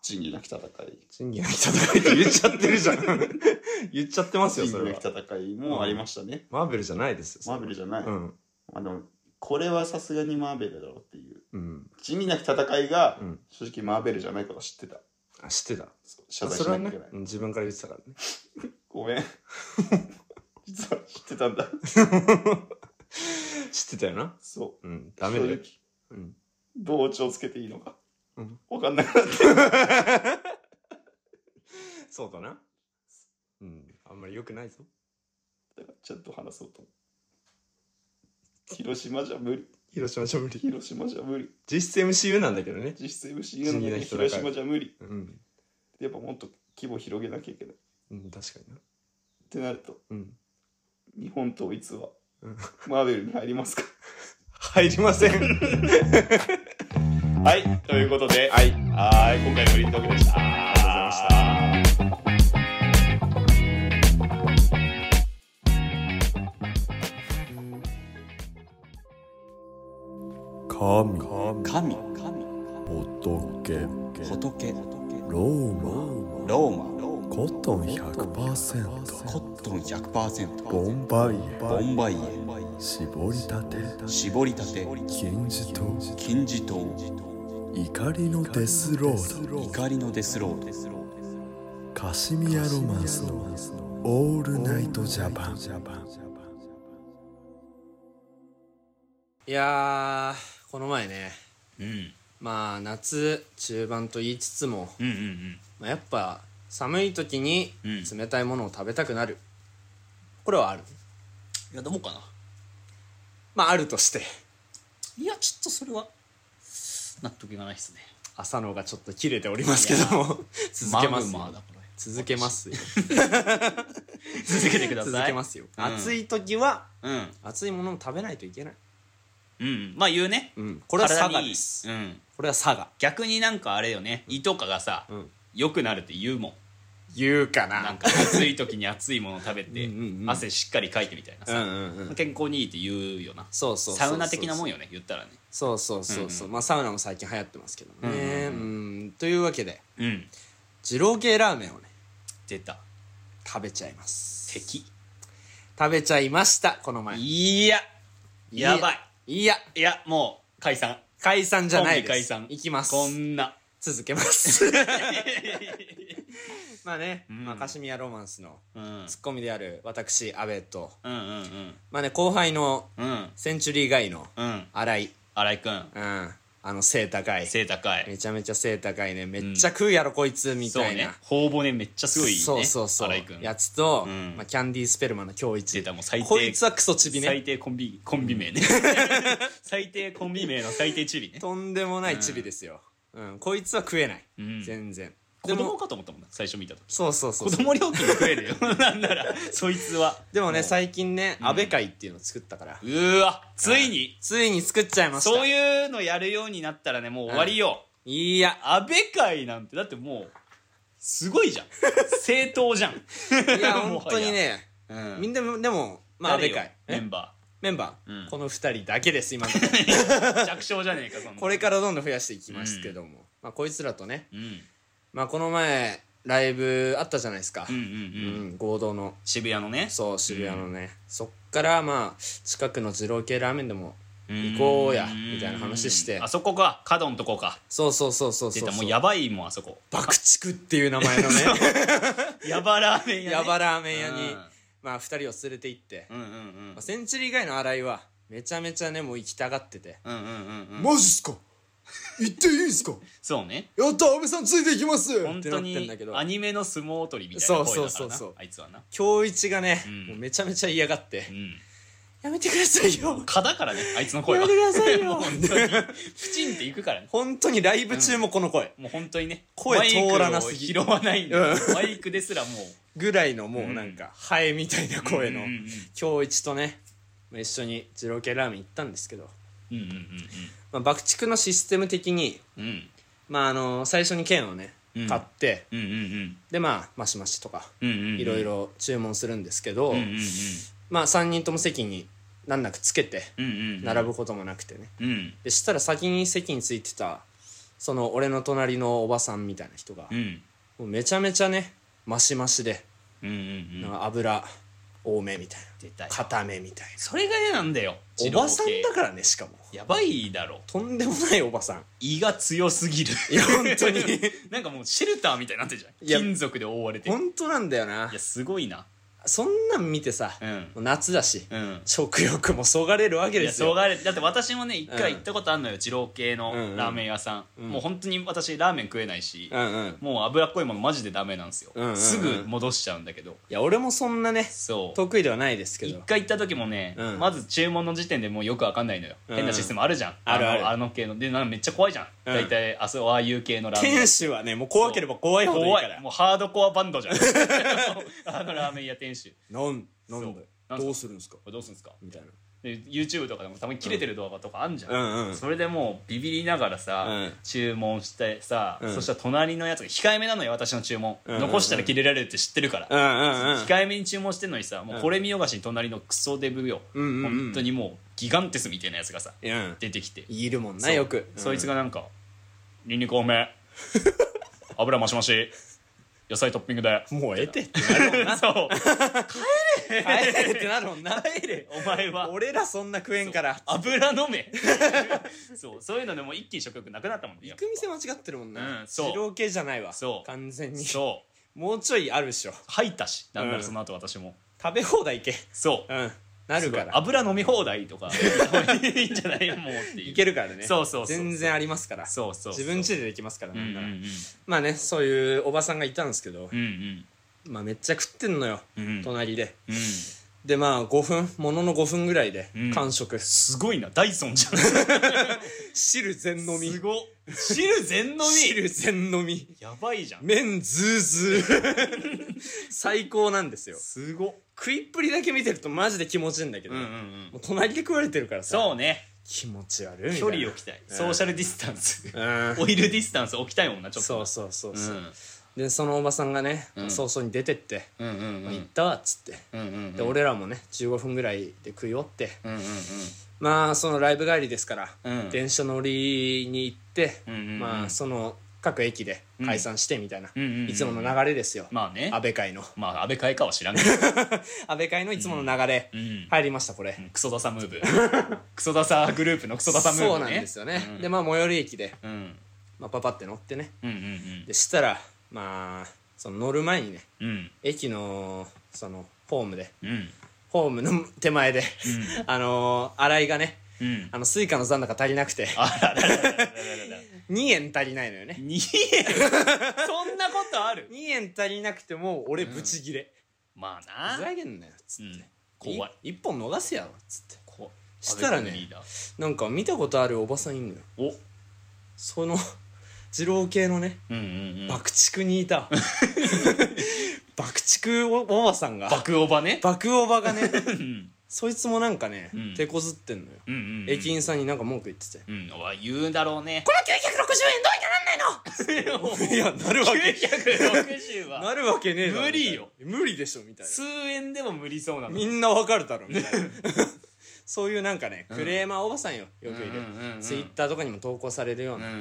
Speaker 2: 仁義なき戦い
Speaker 1: 賃金の戦いって言っちゃってるじゃん。言っちゃってますよ、
Speaker 2: 仁
Speaker 1: それ
Speaker 2: 義な
Speaker 1: は
Speaker 2: き。戦いもありましたね、
Speaker 1: マーベルじゃないですよ。それ
Speaker 2: マーベルじゃない、
Speaker 1: うん。
Speaker 2: あのこれはさすがにマーベルだろうっていう
Speaker 1: うん。
Speaker 2: 仁義なき戦いが、
Speaker 1: うん
Speaker 2: 正直マーベルじゃないことは知ってた
Speaker 1: あ、知ってた。
Speaker 2: そう謝罪
Speaker 1: そ
Speaker 2: し
Speaker 1: れ
Speaker 2: な
Speaker 1: は
Speaker 2: きゃい
Speaker 1: ね
Speaker 2: けない、、
Speaker 1: うん自分から言ってたからね。
Speaker 2: ごめん実は知ってたんだ
Speaker 1: 知ってたよな。
Speaker 2: そう
Speaker 1: うん、ダメだよ。
Speaker 2: 正直
Speaker 1: うん
Speaker 2: どうオチをつけていいのか、
Speaker 1: うん
Speaker 2: わかんなくなって
Speaker 1: そうだな。うん、あんまり良くないぞ。
Speaker 2: ちゃんと話そうと思う広島じゃ無理
Speaker 1: 広島じゃ無理。
Speaker 2: 広島じゃ無理
Speaker 1: 実質 MCU なんだけどね。
Speaker 2: 実質 MC なのに広島じゃ無理
Speaker 1: うん、
Speaker 2: やっぱもっと規模広げなきゃいけないっ
Speaker 1: うん、確かにな。
Speaker 2: てなると
Speaker 1: うん。
Speaker 2: 日本統一はマーベルに入りますか
Speaker 1: 入りません。
Speaker 2: はいということではいはい今回のフリートークでしたありがとうございました
Speaker 5: 神神
Speaker 6: 神仏
Speaker 5: 仏
Speaker 6: ロー
Speaker 5: ロー
Speaker 6: マコットン100%
Speaker 5: マコットン100%
Speaker 6: ボンバイ
Speaker 5: ボン
Speaker 6: エ
Speaker 5: バイ
Speaker 6: 絞りたて
Speaker 5: へ絞りたて
Speaker 6: 金字塔
Speaker 5: 金字塔
Speaker 6: 怒りのデスロード
Speaker 5: 怒りのデスロード
Speaker 6: カシミヤロマンスオールナイトジャパン
Speaker 7: いやーこの前ね
Speaker 5: うん
Speaker 7: まあ夏中盤と言いつつも、
Speaker 5: うんうん
Speaker 7: まあ、やっぱ寒い時に
Speaker 5: うん
Speaker 7: 冷たいものを食べたくなる、これはある
Speaker 5: いやどうかな
Speaker 7: まああるとして
Speaker 5: いやちょっとそれは納得がないですね
Speaker 7: 朝の方がちょっと切れておりますけども続けますよ
Speaker 5: マグマだこれ
Speaker 7: 続けますよ
Speaker 5: 続けてください
Speaker 7: 続けますよ、
Speaker 5: うん
Speaker 7: 暑い時は
Speaker 5: うん
Speaker 7: 暑いものも食べないといけない、
Speaker 5: うんまあ言うね、
Speaker 7: うん、これは佐
Speaker 5: 体
Speaker 7: 賀
Speaker 5: にいい
Speaker 7: です
Speaker 5: うん
Speaker 7: これは佐賀
Speaker 5: 逆になんかあれよね胃とかがさ、
Speaker 7: ん
Speaker 5: 良くなるって言うもん
Speaker 7: 言うかな
Speaker 5: なんか暑い時に暑いもの食べて
Speaker 7: うんうんうん
Speaker 5: 汗しっかりかいてみたいな
Speaker 7: うん
Speaker 5: さ、
Speaker 7: うんうん
Speaker 5: 健康にいいって言うよな
Speaker 7: そうそうそうそう
Speaker 5: サウナ的なもんよね言ったらね
Speaker 7: そうそうそうそう、まあサウナも最近流行ってますけどねうんというわけで
Speaker 5: うん
Speaker 7: 二郎系ラーメンをね
Speaker 5: 出た
Speaker 7: 食べちゃいます
Speaker 5: 敵
Speaker 7: 食べちゃいましたこの前
Speaker 5: いややばい
Speaker 7: いいや
Speaker 5: いやもう解散
Speaker 7: 解散じゃないです
Speaker 5: コンビ解散
Speaker 7: いきます
Speaker 5: こんな
Speaker 7: 続けます まあね、まあ、カシミヤロマンスの
Speaker 5: うんうん
Speaker 7: ツッコミである私阿部と
Speaker 5: うんうん
Speaker 7: まあね後輩の
Speaker 5: うん
Speaker 7: センチュリーガイの
Speaker 5: うん
Speaker 7: 新井
Speaker 5: 新井君
Speaker 7: うんあの背高い
Speaker 5: 背高い
Speaker 7: めちゃめちゃ背高いねめっちゃ食うやろこいつみ
Speaker 5: そう
Speaker 7: たい
Speaker 5: ね
Speaker 7: な
Speaker 5: 頬骨めっちゃすごいね
Speaker 7: そうそうそう
Speaker 5: 新井君
Speaker 7: やつと、
Speaker 5: うん
Speaker 7: まあ、キャンディースペルマの京一
Speaker 5: 出たもう最低
Speaker 7: こいつはクソチビね
Speaker 5: 最低コンビコンビ名ね最低コンビ名の最低チビね
Speaker 7: とんでもないチビですよ、うんこいつは食えない、
Speaker 5: ん
Speaker 7: 全然
Speaker 5: 子
Speaker 7: で
Speaker 5: 供
Speaker 7: も
Speaker 5: かと思ったもんな最初見た時
Speaker 7: そうそうそう
Speaker 5: 子供料金食えるよなんならそいつは
Speaker 7: でもね最近ね安倍会っていうのを作ったから、
Speaker 5: うーわついに
Speaker 7: ついに作っちゃいました
Speaker 5: そういうのやるようになったらねもう終わりよ
Speaker 7: いや
Speaker 5: 安倍会なんてだってもうすごいじゃん正当じゃん
Speaker 1: いや
Speaker 5: もはや
Speaker 1: 本当にね
Speaker 2: うん
Speaker 1: みんなでもまあで
Speaker 5: 誰よ
Speaker 1: かい
Speaker 5: メ
Speaker 1: え
Speaker 5: ンバ
Speaker 1: メンバ
Speaker 5: うん
Speaker 1: ーこの2人だけです今の
Speaker 5: ー弱小じゃねえかそんな
Speaker 1: これからどんどん増やしていきますけどもまあこいつらとね
Speaker 5: うんうん
Speaker 1: まあこの前ライブあったじゃないですか
Speaker 5: うん
Speaker 1: う
Speaker 5: うん
Speaker 1: ん合同の
Speaker 5: 渋谷のね
Speaker 1: そう渋谷のねそっからまあ近くの二郎系ラーメンでも
Speaker 5: 行
Speaker 1: こうやみたいな話して
Speaker 5: あそこか角のとこか
Speaker 1: そうそうそうそう
Speaker 5: 出
Speaker 1: そう
Speaker 5: たも
Speaker 1: そうう
Speaker 5: やばいもんあそこ
Speaker 1: 爆竹っていう名前 のね
Speaker 5: やばラーメン屋ね
Speaker 1: ヤバラーメン屋に
Speaker 5: うん
Speaker 1: まあ2人を連れて行って
Speaker 5: うんうん
Speaker 1: まあセンチュリー以外の新井はめちゃめちゃねもう行きたがってて
Speaker 5: うんうんうんうんうん
Speaker 1: マジっすか行っていいんすか
Speaker 5: そうね
Speaker 1: やった安倍さんついていきます
Speaker 5: 本
Speaker 1: ってな
Speaker 5: 当
Speaker 1: ってん
Speaker 5: に
Speaker 1: だけど
Speaker 5: アニメの相撲取りみたいな声だからな
Speaker 1: そうそうそうそう
Speaker 5: あいつはな
Speaker 1: 京一がね、
Speaker 5: うん
Speaker 1: もうめちゃめちゃ嫌がって、
Speaker 5: うん
Speaker 1: やめてくださいよ
Speaker 5: 蚊だからねあいつの声
Speaker 1: や
Speaker 5: は
Speaker 1: めてください
Speaker 5: も
Speaker 1: よ
Speaker 5: う 本当にプチンっていくからね
Speaker 1: 本当にライブ中もこの声、
Speaker 5: もう本当にね
Speaker 1: 声通らなすぎ
Speaker 5: マイクを拾わないんだよ
Speaker 1: う
Speaker 5: マイクですらもう
Speaker 1: ぐらいのもうなんか、ハエみたいな声の
Speaker 5: うんうんうん
Speaker 1: 京一とねまあ一緒に二郎系ラーメン行ったんですけど、
Speaker 5: うんうん
Speaker 1: まあ、爆竹のシステム的に、
Speaker 5: うんうん
Speaker 1: まあ、あの最初に券をね
Speaker 5: うん
Speaker 1: 買って、
Speaker 5: うんうん
Speaker 1: でまあマシマシとか
Speaker 5: うんうんうん
Speaker 1: いろいろ注文するんですけど、
Speaker 5: うんうん
Speaker 1: まあ3人とも席に難なくつけて
Speaker 5: うんうん
Speaker 1: 並ぶこともなくてね
Speaker 5: うん
Speaker 1: でしたら先に席についてたその俺の隣のおばさんみたいな人が
Speaker 5: う、ん
Speaker 1: もうめちゃめちゃねマシマシで、
Speaker 5: うんうんうん
Speaker 1: なんか油多めみたい
Speaker 5: 出た
Speaker 1: な
Speaker 5: よ
Speaker 1: 固めみたい
Speaker 5: それが嫌なんだよ
Speaker 1: なおばさんだ
Speaker 5: ら
Speaker 1: からねしかも
Speaker 5: やばいだろ
Speaker 1: とんでもないおばさん
Speaker 5: 胃が強すぎる
Speaker 1: いや本当に
Speaker 5: なんかもうシェルターみたいになってる
Speaker 1: い
Speaker 5: じゃ
Speaker 1: や
Speaker 5: ん金属で覆われてる
Speaker 1: 本当なんだよない
Speaker 5: やすごいな
Speaker 1: そんなん見てさ、
Speaker 5: うん
Speaker 1: もう夏だし、
Speaker 5: うん
Speaker 1: 食欲もそがれるわけ
Speaker 5: い
Speaker 1: で
Speaker 5: や
Speaker 1: す
Speaker 5: そう
Speaker 1: よ
Speaker 5: がれだって私もね一回行ったことあるのよ二郎系の
Speaker 1: うんうん
Speaker 5: ラーメン屋さん、
Speaker 1: ん
Speaker 5: もう本当に私ラーメン食えないし、
Speaker 1: うんうん
Speaker 5: もう脂っこいものマジでダメなんですよ、
Speaker 1: うんうんうん
Speaker 5: すぐ戻しちゃうんだけど
Speaker 1: いや俺もそんなね
Speaker 5: そう
Speaker 1: 得意ではないですけ
Speaker 5: 一
Speaker 1: ど
Speaker 5: 回行った時もね、
Speaker 1: うん
Speaker 5: まず注文の時点でもうよくわかんないのよ、
Speaker 1: ん
Speaker 5: 変なシステムあるじゃん
Speaker 1: あるある
Speaker 5: のあの系のでなんかめっちゃ怖いじゃん、
Speaker 1: ん
Speaker 5: 大体あそうああいう系のラーメン
Speaker 1: 店主はねもう怖ければ怖いほどいい
Speaker 5: 怖
Speaker 1: から
Speaker 5: いもうハードコアバンドじゃん もうあのラーメン屋店主
Speaker 1: なんな
Speaker 5: そ
Speaker 1: ん
Speaker 5: う
Speaker 1: だよ
Speaker 5: なんすか
Speaker 1: どうするんですか
Speaker 5: これどうすんですか
Speaker 1: みたいな
Speaker 5: で YouTube とかでもたまに切れてる動画とかあんじゃん、
Speaker 1: うんうん
Speaker 5: それでもうビビりながらさ、
Speaker 1: うん
Speaker 5: 注文してさ、
Speaker 1: ん
Speaker 5: そしたら隣のやつが控えめなのよ私の注文、
Speaker 1: んうんうん
Speaker 5: 残したら切れられるって知ってるから、
Speaker 1: うんうんうん
Speaker 5: 控えめに注文してんのにさもうこれ見よがしに隣のクソデブよ、
Speaker 1: んうんうん
Speaker 5: 本当にもうギガンテスみたいなやつがさ
Speaker 1: うん
Speaker 5: 出てきて
Speaker 1: いるもんな
Speaker 5: そう
Speaker 1: よく
Speaker 5: そいつ
Speaker 1: が
Speaker 5: がなんか「ニンニク多め 油増し増し野菜トッピングで」
Speaker 1: もう得てって
Speaker 5: そう
Speaker 1: 帰れってなるもんな帰れ
Speaker 5: お前 は
Speaker 1: 俺らそんな食えんから
Speaker 5: 油飲め そうそういうのでもう一気に食欲なくなったもんね
Speaker 1: 行く店間違ってるもんな
Speaker 5: うんそう
Speaker 1: 二郎系じゃないわ
Speaker 5: そう
Speaker 1: 完全に
Speaker 5: そう
Speaker 1: もうちょいあるっしょ
Speaker 5: 吐いたしなんな
Speaker 1: う
Speaker 5: ら
Speaker 1: ん
Speaker 5: その後私も、
Speaker 1: 食べ放題行け
Speaker 5: そう
Speaker 1: うんなるから
Speaker 5: 油飲み放題とか いいんじゃないもうってい
Speaker 1: い
Speaker 5: う
Speaker 1: けるからね
Speaker 5: そうそうそう
Speaker 1: 全然ありますから
Speaker 5: そうそうそう
Speaker 1: 自分家でできますから
Speaker 5: う
Speaker 1: なん
Speaker 5: うんん
Speaker 1: な
Speaker 5: う
Speaker 1: ら
Speaker 5: ん
Speaker 1: まあねそういうおばさんがいたんですけど
Speaker 5: うんうん
Speaker 1: まあめっちゃ食ってんのよ
Speaker 5: うん
Speaker 1: 隣で
Speaker 5: うん
Speaker 1: でまあ5分ものの5分ぐらいで
Speaker 5: うん
Speaker 1: 完食
Speaker 5: すごいなダイソンじゃんす
Speaker 1: 汁全飲み
Speaker 5: ごっ汁全飲み
Speaker 1: 汁全飲み
Speaker 5: やばいじゃん
Speaker 1: 麺ズーズー 最高なんですよ
Speaker 5: すごっ
Speaker 1: 食いっぷりだけ見てるとマジで気持ちいいんだけど、
Speaker 5: うんうんう
Speaker 1: も
Speaker 5: ん
Speaker 1: う隣で食われてるからさ
Speaker 5: そうね
Speaker 1: 気持ち悪いみたいな
Speaker 5: 距離を置きたいソーシャルディスタンス
Speaker 1: うん
Speaker 5: オイルディスタンス置きたいもんなちょっと
Speaker 1: そう
Speaker 5: そ
Speaker 1: そうそう
Speaker 5: う
Speaker 1: そう、
Speaker 5: ん
Speaker 1: でそのおばさんがね、
Speaker 5: ん
Speaker 1: 早々に出てって
Speaker 5: うんうん
Speaker 1: 「
Speaker 5: う
Speaker 1: 行っ
Speaker 5: ん
Speaker 1: たわ」っつって、
Speaker 5: うんうんうん
Speaker 1: で俺らもね15分ぐらいで食い終わって、
Speaker 5: うんうんうん
Speaker 1: まあそのライブ帰りですから、
Speaker 5: うん
Speaker 1: 電車乗りに行って、
Speaker 5: うんうんうん
Speaker 1: まあその各駅で解散してみたいな、
Speaker 5: うんうんうんうん
Speaker 1: いつもの流れですよ、
Speaker 5: まあね
Speaker 1: 安倍会の
Speaker 5: まあ安倍会かは知 らんけど
Speaker 1: 安倍会のいつもの流れ、
Speaker 5: うん
Speaker 1: 入りましたこれ、
Speaker 5: クソダサムーブ クソダサグループのクソダサムーブね
Speaker 1: そうなんですよね、でまあ最寄り駅で、
Speaker 5: うんうん
Speaker 1: まあ、パパって乗ってね
Speaker 5: うんうん
Speaker 1: でしたらまあその乗る前にね
Speaker 5: うん
Speaker 1: 駅のそのホームで
Speaker 5: うん
Speaker 1: ホームの手前で、あのー、新井がね
Speaker 5: うん
Speaker 1: あのスイカの残高足りなくて
Speaker 5: あらららららららら
Speaker 1: 2円足りないのよね
Speaker 5: 2円そんなことある
Speaker 1: 2円足りなくてもう俺ブチギレ、
Speaker 5: ま
Speaker 1: ふ
Speaker 5: あな
Speaker 1: ざけんなよっつ
Speaker 5: う
Speaker 1: っ
Speaker 5: ん
Speaker 1: て、
Speaker 5: 怖い
Speaker 1: 1本逃せやろっつって
Speaker 5: こう
Speaker 1: したらね
Speaker 5: 安倍君リーダー
Speaker 1: なんか見たことあるおばさんいんのよ
Speaker 5: お
Speaker 1: その二郎系のね
Speaker 5: うんうんうん
Speaker 1: 爆竹にい た爆竹おばさんが
Speaker 5: 爆おばね
Speaker 1: 爆おばがねそいつもなんかね、
Speaker 5: ん
Speaker 1: 手こずってんのよ、
Speaker 5: うんうん
Speaker 1: 駅員さんになんか文句言ってて
Speaker 5: うんうわ言うだろう ね
Speaker 3: この960円どうにかなんないの
Speaker 1: いやなるわけ
Speaker 5: 960は
Speaker 1: なるわけねえだろ
Speaker 5: 無理よ
Speaker 1: みたいな無理でしょみたいな
Speaker 5: 数円でも無理そうなの
Speaker 1: みんなわかるだろみたいなそういうなんかねクレーマーおばさんよよくいる
Speaker 5: うんうんうんうん
Speaker 1: ツイッターとかにも投稿されるよう
Speaker 5: うん
Speaker 1: な、
Speaker 5: う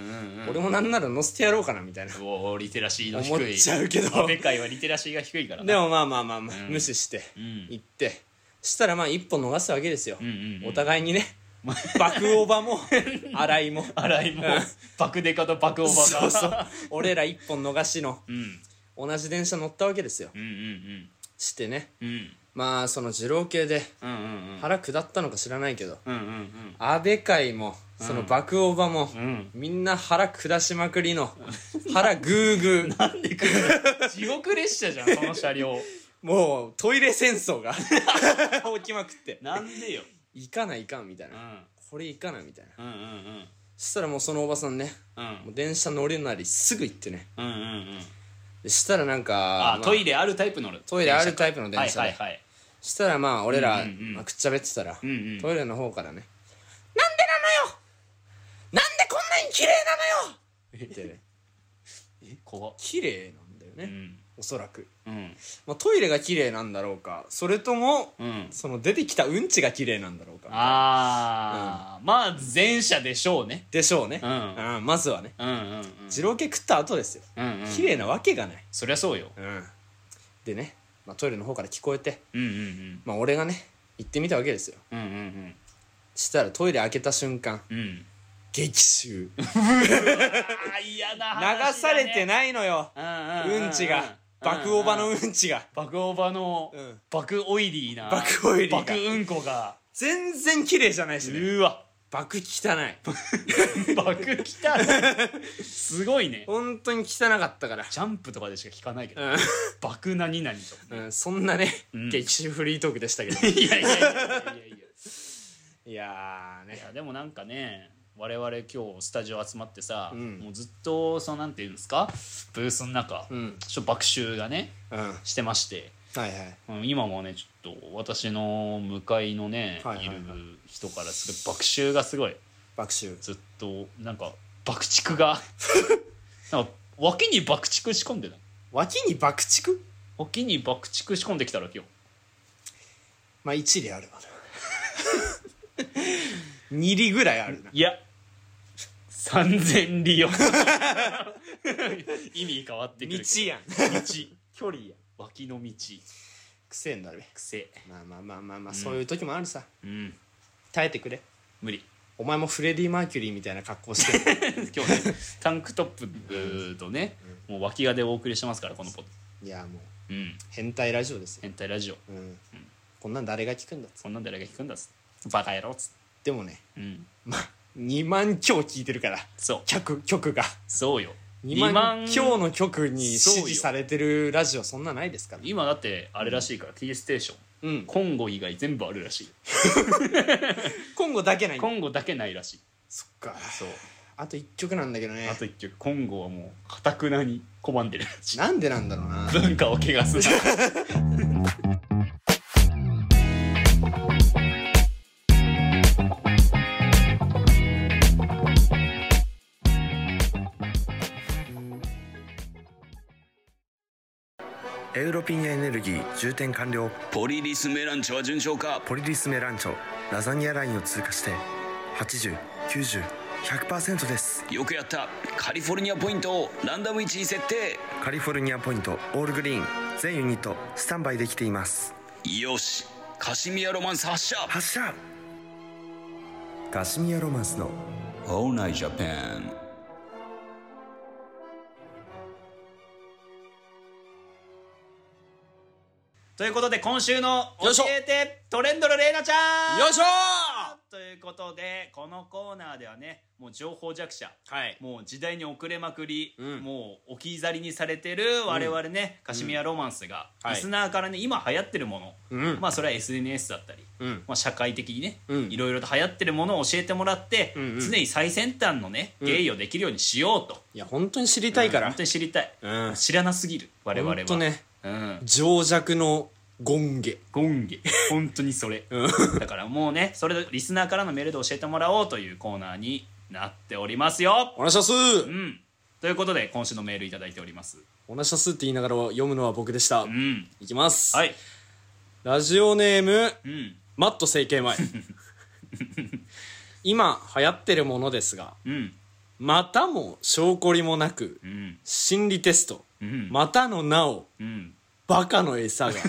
Speaker 5: ん
Speaker 1: 俺もなんなら載せてやろうかなみたいな
Speaker 5: うんおおリテラシーの低い
Speaker 1: 思っちゃう けど
Speaker 5: 安倍会はリテラシーが低いからな
Speaker 1: でもまあまあまあ、まあ無視して
Speaker 5: ん
Speaker 1: 行って、したらまあ一歩逃すわけですよ、
Speaker 5: んうんうん
Speaker 1: お互いにね 爆オバ も洗いも
Speaker 5: 洗いも爆デカと爆オバが
Speaker 1: そうそう俺ら一本逃しの
Speaker 5: うん
Speaker 1: 同じ電車乗ったわけですよ
Speaker 5: うんうん
Speaker 1: してね
Speaker 5: うんうん
Speaker 1: まあその二郎系で
Speaker 5: うんうん
Speaker 1: 腹下ったのか知らないけど、
Speaker 5: うんうん
Speaker 1: 安倍会もその爆オバも、
Speaker 5: ん
Speaker 1: みんな腹下しまくりの腹グーグ ー
Speaker 5: なんで来る地獄列車じゃんその車 両
Speaker 1: もうトイレ戦争が起きまくって
Speaker 5: なんでよ
Speaker 1: 行かないかんみたいな、
Speaker 5: ん
Speaker 1: これ行かないみたいな
Speaker 5: うんうん
Speaker 1: そしたらもうそのおばさんね
Speaker 5: うんうん
Speaker 1: もう電車乗れなりすぐ行ってね
Speaker 5: うんうんうん
Speaker 1: でしたらなんか
Speaker 5: あ
Speaker 1: ま
Speaker 5: トイレあるタイプの
Speaker 1: トイレあるタイプの電車
Speaker 5: は
Speaker 1: で
Speaker 5: いはいはい
Speaker 1: したらまあ俺ら、
Speaker 5: うんうんうん
Speaker 1: まあ、くっちゃべってたら、
Speaker 5: んうん
Speaker 1: トイレの方からね
Speaker 3: なんでこんなに綺麗なのよ
Speaker 1: ってね
Speaker 5: え怖
Speaker 1: 綺麗なんだよね、
Speaker 5: うん
Speaker 1: おそらく、
Speaker 5: うん
Speaker 1: まあ、トイレが綺麗なんだろうかそれとも、
Speaker 5: うん
Speaker 1: その出てきたうんちが綺麗なんだろうか
Speaker 5: ああまあ前者でしょうね
Speaker 1: でしょうね、
Speaker 5: うん
Speaker 1: あーまずはね
Speaker 5: うんうんうん
Speaker 1: 二郎系食った後ですよ、
Speaker 5: うんうん
Speaker 1: 綺麗なわけがない、
Speaker 5: そりゃそうよ
Speaker 1: うん、でね、まあ、トイレの方から聞こえて、
Speaker 5: うんうん
Speaker 1: まあ、俺がね行ってみたわけですよ
Speaker 5: うんうんうん
Speaker 1: したらトイレ開けた瞬間
Speaker 5: うんうん
Speaker 1: 激臭
Speaker 5: あ嫌な
Speaker 1: 流
Speaker 5: 話
Speaker 1: さ
Speaker 5: だね
Speaker 1: れてないのよ、
Speaker 5: うん
Speaker 1: うんちが爆オバのうんちが
Speaker 5: 爆オーバーの
Speaker 1: うん
Speaker 5: 爆オイリーな
Speaker 1: 爆オイリーが
Speaker 5: 爆うんこが
Speaker 1: 全然綺麗じゃないし
Speaker 5: う
Speaker 1: ね
Speaker 5: ーわ
Speaker 1: 爆汚い
Speaker 5: 爆汚いすごいね
Speaker 1: 本当に汚かったから、
Speaker 5: ジャンプとかでしか聞かないけど
Speaker 1: うん
Speaker 5: 爆何々とか
Speaker 1: うん、そんなね、
Speaker 5: ん
Speaker 1: 激臭フリートークでしたけど
Speaker 5: いやいやいやいやいや
Speaker 1: いやー
Speaker 5: い
Speaker 1: ね
Speaker 5: やでもなんかね我々今日スタジオ集まってさ、
Speaker 1: ん
Speaker 5: もうずっとそのなんていうんですかブースの中、
Speaker 1: ん
Speaker 5: ちょっと爆臭がね
Speaker 1: うんはい
Speaker 5: してまして、
Speaker 1: はい
Speaker 5: うん今もねちょっと私の向かいのね、
Speaker 1: はい
Speaker 5: い
Speaker 1: はいはい
Speaker 5: る人からすごい爆臭がすごい
Speaker 1: 爆臭
Speaker 5: ずっとなんか爆竹 がなんか脇に爆竹仕込んでない
Speaker 1: 脇に爆竹
Speaker 5: 脇に爆竹仕込んできたら今日
Speaker 1: まあ一理あるわ な二理ぐらいあるない
Speaker 5: や3000里よ 意味変わってくるけど
Speaker 1: 道やん
Speaker 5: 道
Speaker 1: 距離や
Speaker 5: 脇の道
Speaker 1: くせえんだろべ
Speaker 5: 癖
Speaker 1: まあまあまあまあまあ、そういう時もあるさ
Speaker 5: うん
Speaker 1: 耐えてくれ
Speaker 5: 無理
Speaker 1: お前もフレディ・マーキュリーみたいな格好して
Speaker 5: 今日ねタンクトップとね、もう脇がでお送りしてますからこのポッ
Speaker 1: いやもう
Speaker 5: ドうん
Speaker 1: 変態ラジオですよ、
Speaker 5: 変態ラジオ
Speaker 1: うんこんなん誰が聞くんだっつ
Speaker 5: そんなん誰が聞くんだっつってバカ野郎っつっ
Speaker 1: でもね
Speaker 5: てうん
Speaker 1: まあ2万強聞いてるから
Speaker 5: そう
Speaker 1: 曲曲が
Speaker 5: そうよ
Speaker 1: 2万強
Speaker 5: 今
Speaker 1: の曲に支持されてるラジオそんなないですから
Speaker 5: 今だってあれらしいから、T ステーション
Speaker 1: うん
Speaker 5: コンゴ以外全部あるらしい
Speaker 1: 今後だけない
Speaker 5: コンゴだけないらしい
Speaker 1: そっか
Speaker 5: そう
Speaker 1: あと1曲なんだけどね
Speaker 5: あと一曲コンゴはもうかたくなに拒んでるらしい
Speaker 1: なんでなんだろうな
Speaker 5: 文化を汚すな
Speaker 4: エウロピンエネルギー充填完了
Speaker 8: ポリリスメランチョは順調か
Speaker 4: ポリリスメランチョラザニアラインを通過して8090100%です
Speaker 8: よくやったカリフォルニアポイントをランダム1に設定
Speaker 4: カリフォルニアポイントオールグリーン全ユニットスタンバイできています
Speaker 8: よしカシミヤロマンス発射
Speaker 4: 発射カシミヤロマンスの
Speaker 8: All Night Japan
Speaker 5: ということで今週の教えてトレンドのレイナちゃん
Speaker 1: よいしょ
Speaker 5: ということでこのコーナーではねもう情報弱者
Speaker 1: はい
Speaker 5: もう時代に遅れまくり、
Speaker 1: ん
Speaker 5: もう置き去りにされてる我々ね、カシミヤロマンスが、
Speaker 1: はい
Speaker 5: リスナーからね今流行ってるもの、
Speaker 1: うん
Speaker 5: まあそれは SNS だったり、
Speaker 1: うん
Speaker 5: まあ、社会的にね、
Speaker 1: うん
Speaker 5: いろいろと流行ってるものを教えてもらって、
Speaker 1: んうん
Speaker 5: 常に最先端のね芸をできるようにしようと、
Speaker 1: いや本当に知りたいから
Speaker 5: 本当に知りたい、
Speaker 1: うん
Speaker 5: 知らなすぎる我々は
Speaker 1: 本当ね
Speaker 5: うん
Speaker 1: 情弱のゴンゲ
Speaker 5: ゴンゲ 本当にそれだからもうねそれでリスナーからのメールで教えてもらおうというコーナーになっておりますよ
Speaker 1: おなしゃす
Speaker 5: うんということで今週のメールいただいております
Speaker 1: おなしゃすって言いながら読むのは僕でした、
Speaker 5: うん
Speaker 1: いきます、
Speaker 5: はい
Speaker 1: ラジオネーム
Speaker 5: うん
Speaker 1: マット整形 前今流行ってるものですが
Speaker 5: うん
Speaker 1: またも証拠りもなく
Speaker 5: うん
Speaker 1: 心理テスト、
Speaker 5: ん
Speaker 1: またの名を
Speaker 5: うん
Speaker 1: バカの餌 が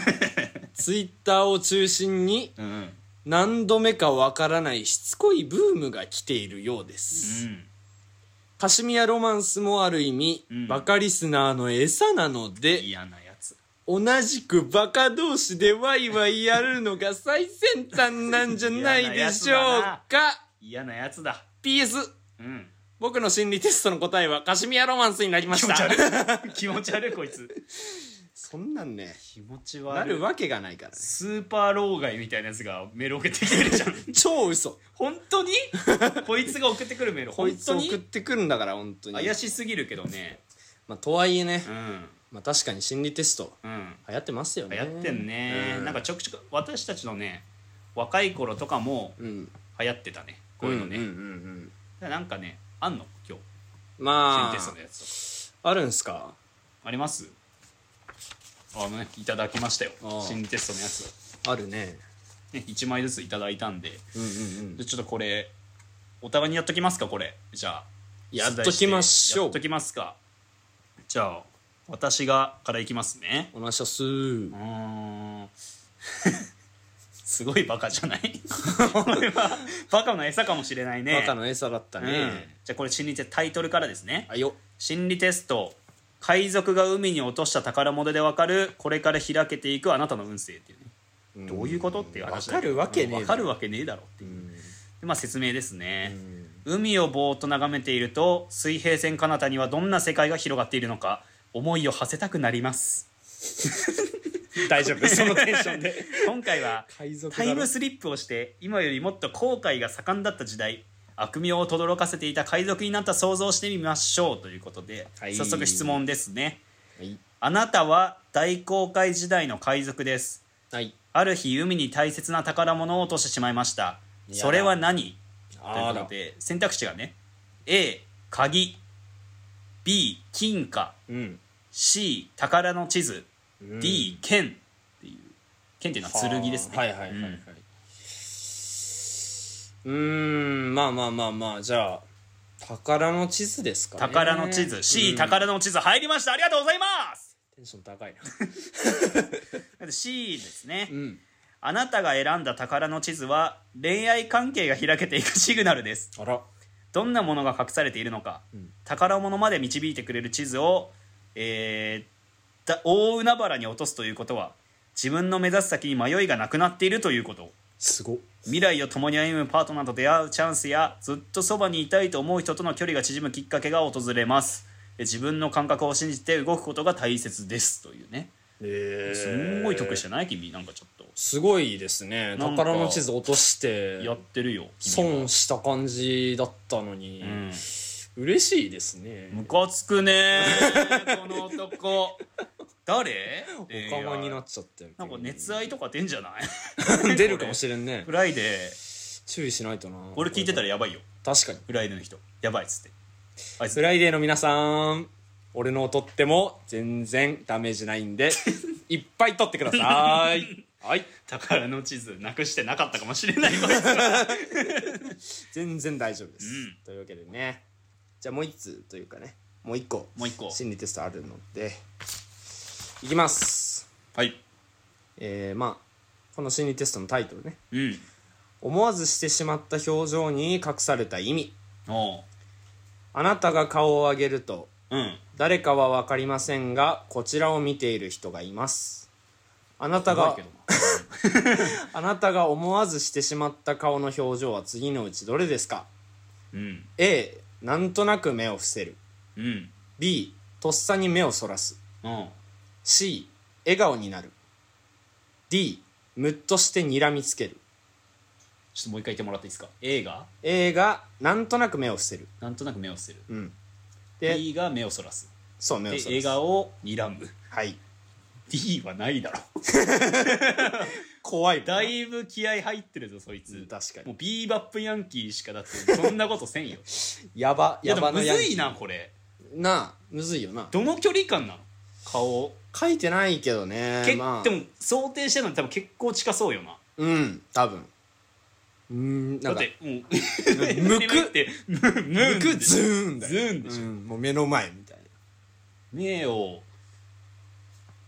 Speaker 1: ツイッターを中心に
Speaker 5: うんうん
Speaker 1: 何度目かわからないしつこいブームが来ているようです、カシミヤロマンスもある意味、
Speaker 5: ん
Speaker 1: バカリスナーの餌なので
Speaker 5: 嫌なやつ
Speaker 1: 同じくバカ同士でワイワイやるのが最先端なんじゃないでしょうか
Speaker 5: 嫌なやつだ
Speaker 1: PS
Speaker 5: うん
Speaker 1: 僕の心理テストの答えはカシミヤロマンスになりました
Speaker 5: 気持ち悪いこいつ
Speaker 1: そんなんね
Speaker 5: 気持ち
Speaker 1: な
Speaker 5: 悪い
Speaker 1: るわけがないからね
Speaker 5: スーパー老害みたいなやつがメール送ってきてるじゃん
Speaker 1: 超嘘
Speaker 5: 本当にこいつが送ってくるメール
Speaker 1: こ
Speaker 5: 本
Speaker 1: いつ
Speaker 5: 当
Speaker 1: 送っ
Speaker 5: に
Speaker 1: てくるんだから本当に
Speaker 5: 怪しすぎるけどね
Speaker 1: まあ、とはいえね、
Speaker 5: うん
Speaker 1: まあ、確かに心理テスト
Speaker 5: うん
Speaker 1: 流行ってますよね
Speaker 5: 流行ってんね、
Speaker 1: うん
Speaker 5: なんかちょくちょく私たちのね若い頃とかも
Speaker 1: うん
Speaker 5: 流行ってたねこういうのね、
Speaker 1: んうんうん
Speaker 5: なんかねあんの今日
Speaker 1: うん、ま
Speaker 5: 新
Speaker 1: あ
Speaker 5: テストのやつ
Speaker 1: あるんすか
Speaker 5: とかありますあのねいただきましたよ
Speaker 1: ああ
Speaker 5: 新テストのやつ、
Speaker 1: あるね
Speaker 5: ね、1枚ず ついただいたんで、
Speaker 1: うんうんうん
Speaker 5: でちょっとこれお互いにやっときますかこれじゃあ
Speaker 1: やっときましょう
Speaker 5: やっときますかじゃあ私がからいきますね
Speaker 1: おなしゃすー
Speaker 5: うーん すごいバカじゃない これはバカの餌かもしれないね
Speaker 1: バカの餌だったね、
Speaker 5: うんじゃあこれ心理テタイトルからですね
Speaker 1: あよ
Speaker 5: 心理テスト海賊が海に落とした宝物でわかるこれから開けていくあなたの運勢っていうねどういうことっていう話だよ
Speaker 1: わかるわけねえだろ
Speaker 5: うんわかるわけねえだろっていう、でまあ説明ですね、海をぼーっと眺めていると水平線彼方にはどんな世界が広がっているのか思いを馳せたくなります 大丈夫そのテンションで 今回は
Speaker 1: 海賊だ
Speaker 5: タ
Speaker 1: ろ
Speaker 5: イムスリップをして今よりもっと航海が盛んだった時代悪名を轟かせていた海賊になった想像をしてみましょうということで、
Speaker 1: はい
Speaker 5: 早速質問ですね、
Speaker 1: はい
Speaker 5: あなたは大航海時代の海賊です
Speaker 1: はい
Speaker 5: ある日海に大切な宝物を落としてしまいました
Speaker 1: やだ
Speaker 5: それは何という
Speaker 1: あ
Speaker 5: こと
Speaker 1: ら
Speaker 5: で選択肢がね A 鍵 B 金貨
Speaker 1: うん
Speaker 5: C 宝の地図、
Speaker 1: ん
Speaker 5: D 剣っていう剣っていうのは剣ですね
Speaker 1: はいはいはいはい
Speaker 5: うん
Speaker 1: うんんまあまあまあまあじゃあ宝の地図ですかね
Speaker 5: 宝の地図 C、宝の地図入りましたありがとうございます
Speaker 1: テンション高いな
Speaker 5: だって C ですね、
Speaker 1: ん
Speaker 5: あなたが選んだ宝の地図は恋愛関係が開けていくシグナルです
Speaker 1: あら
Speaker 5: どんなものが隠されているのか、宝物まで導いてくれる地図を、えーだ大海原に落とすということは自分の目指す先に迷いがなくなっているということ
Speaker 1: すごっ
Speaker 5: 未来を共に歩むパートナーと出会うチャンスやずっとそばにいたいと思う人との距離が縮むきっかけが訪れますえ自分の感覚を信じて動くことが大切ですというねすんごい得してない君なんかちょっ
Speaker 1: すごいですね
Speaker 5: なんか
Speaker 1: 宝の地図落とし
Speaker 5: と
Speaker 1: て
Speaker 5: やってるよ君
Speaker 1: 損した感じだったのに、
Speaker 5: うん
Speaker 1: 嬉しいですね
Speaker 5: ムカつくね ーこの男誰
Speaker 1: おかまになっちゃって
Speaker 5: なんか熱愛とか出んじゃない
Speaker 1: 出るかもしれんね
Speaker 5: フライデー
Speaker 1: 注意しないとな
Speaker 5: 俺聞いてたらやばいよ
Speaker 1: 確かに
Speaker 5: フライデーの人やばいっつってあいつ
Speaker 1: フライデーの皆さん俺のを取っても全然ダメージないん でいっぱい取ってくださいはい
Speaker 5: 宝の地図なくしてなかったかもしれないこいつは
Speaker 1: 全然大丈夫です、
Speaker 5: うん
Speaker 1: というわけでねじゃあもう一つというかねもう一個
Speaker 5: もう一個
Speaker 1: 心理テストあるのでいきます
Speaker 5: はい
Speaker 1: えー、まあこの心理テストのタイトルね
Speaker 5: うん
Speaker 1: 思わずしてしまった表情に隠された意味
Speaker 5: おう
Speaker 1: あなたが顔を上げると
Speaker 5: うん
Speaker 1: 誰かは分かりませんがこちらを見ている人がいますあなた
Speaker 5: 怖い
Speaker 1: が
Speaker 5: けどな
Speaker 1: あなたが思わずしてしまった顔の表情は次のうちどれですか
Speaker 5: うん
Speaker 1: A なんとなく目を伏せる
Speaker 5: うん
Speaker 1: B とっさに目をそらす
Speaker 5: うん
Speaker 1: C 笑顔になる D ムッとして睨みつける
Speaker 5: ちょっともう一回言ってもらっていいですか A が
Speaker 1: A がなんとなく目を伏せる
Speaker 5: なんとなく目を伏せる
Speaker 1: うんで
Speaker 5: B が目をそらす
Speaker 1: そう目を
Speaker 5: で
Speaker 1: そらす
Speaker 5: 映画を睨む
Speaker 1: はい
Speaker 5: D はないだろ 怖いだいぶ気合入ってるぞそいつ
Speaker 1: 確かに
Speaker 5: もうビーバップヤンキーしかだってそんなことせん よ
Speaker 1: やば
Speaker 5: いやでも
Speaker 1: な
Speaker 5: むずいなこれ
Speaker 1: なあむずいよな
Speaker 5: どの距離感なの顔
Speaker 1: 書いてないけどね
Speaker 5: け、
Speaker 1: まあ、
Speaker 5: でも想定してるのって多分結構近そうよな
Speaker 1: うん多分うんなん
Speaker 5: だっ
Speaker 1: か
Speaker 5: てうん
Speaker 1: む
Speaker 5: くって むむ
Speaker 1: むくズ
Speaker 5: ン
Speaker 1: ーンだよ
Speaker 5: ズーンでしょ
Speaker 1: うんもう目の前みたい
Speaker 5: 目を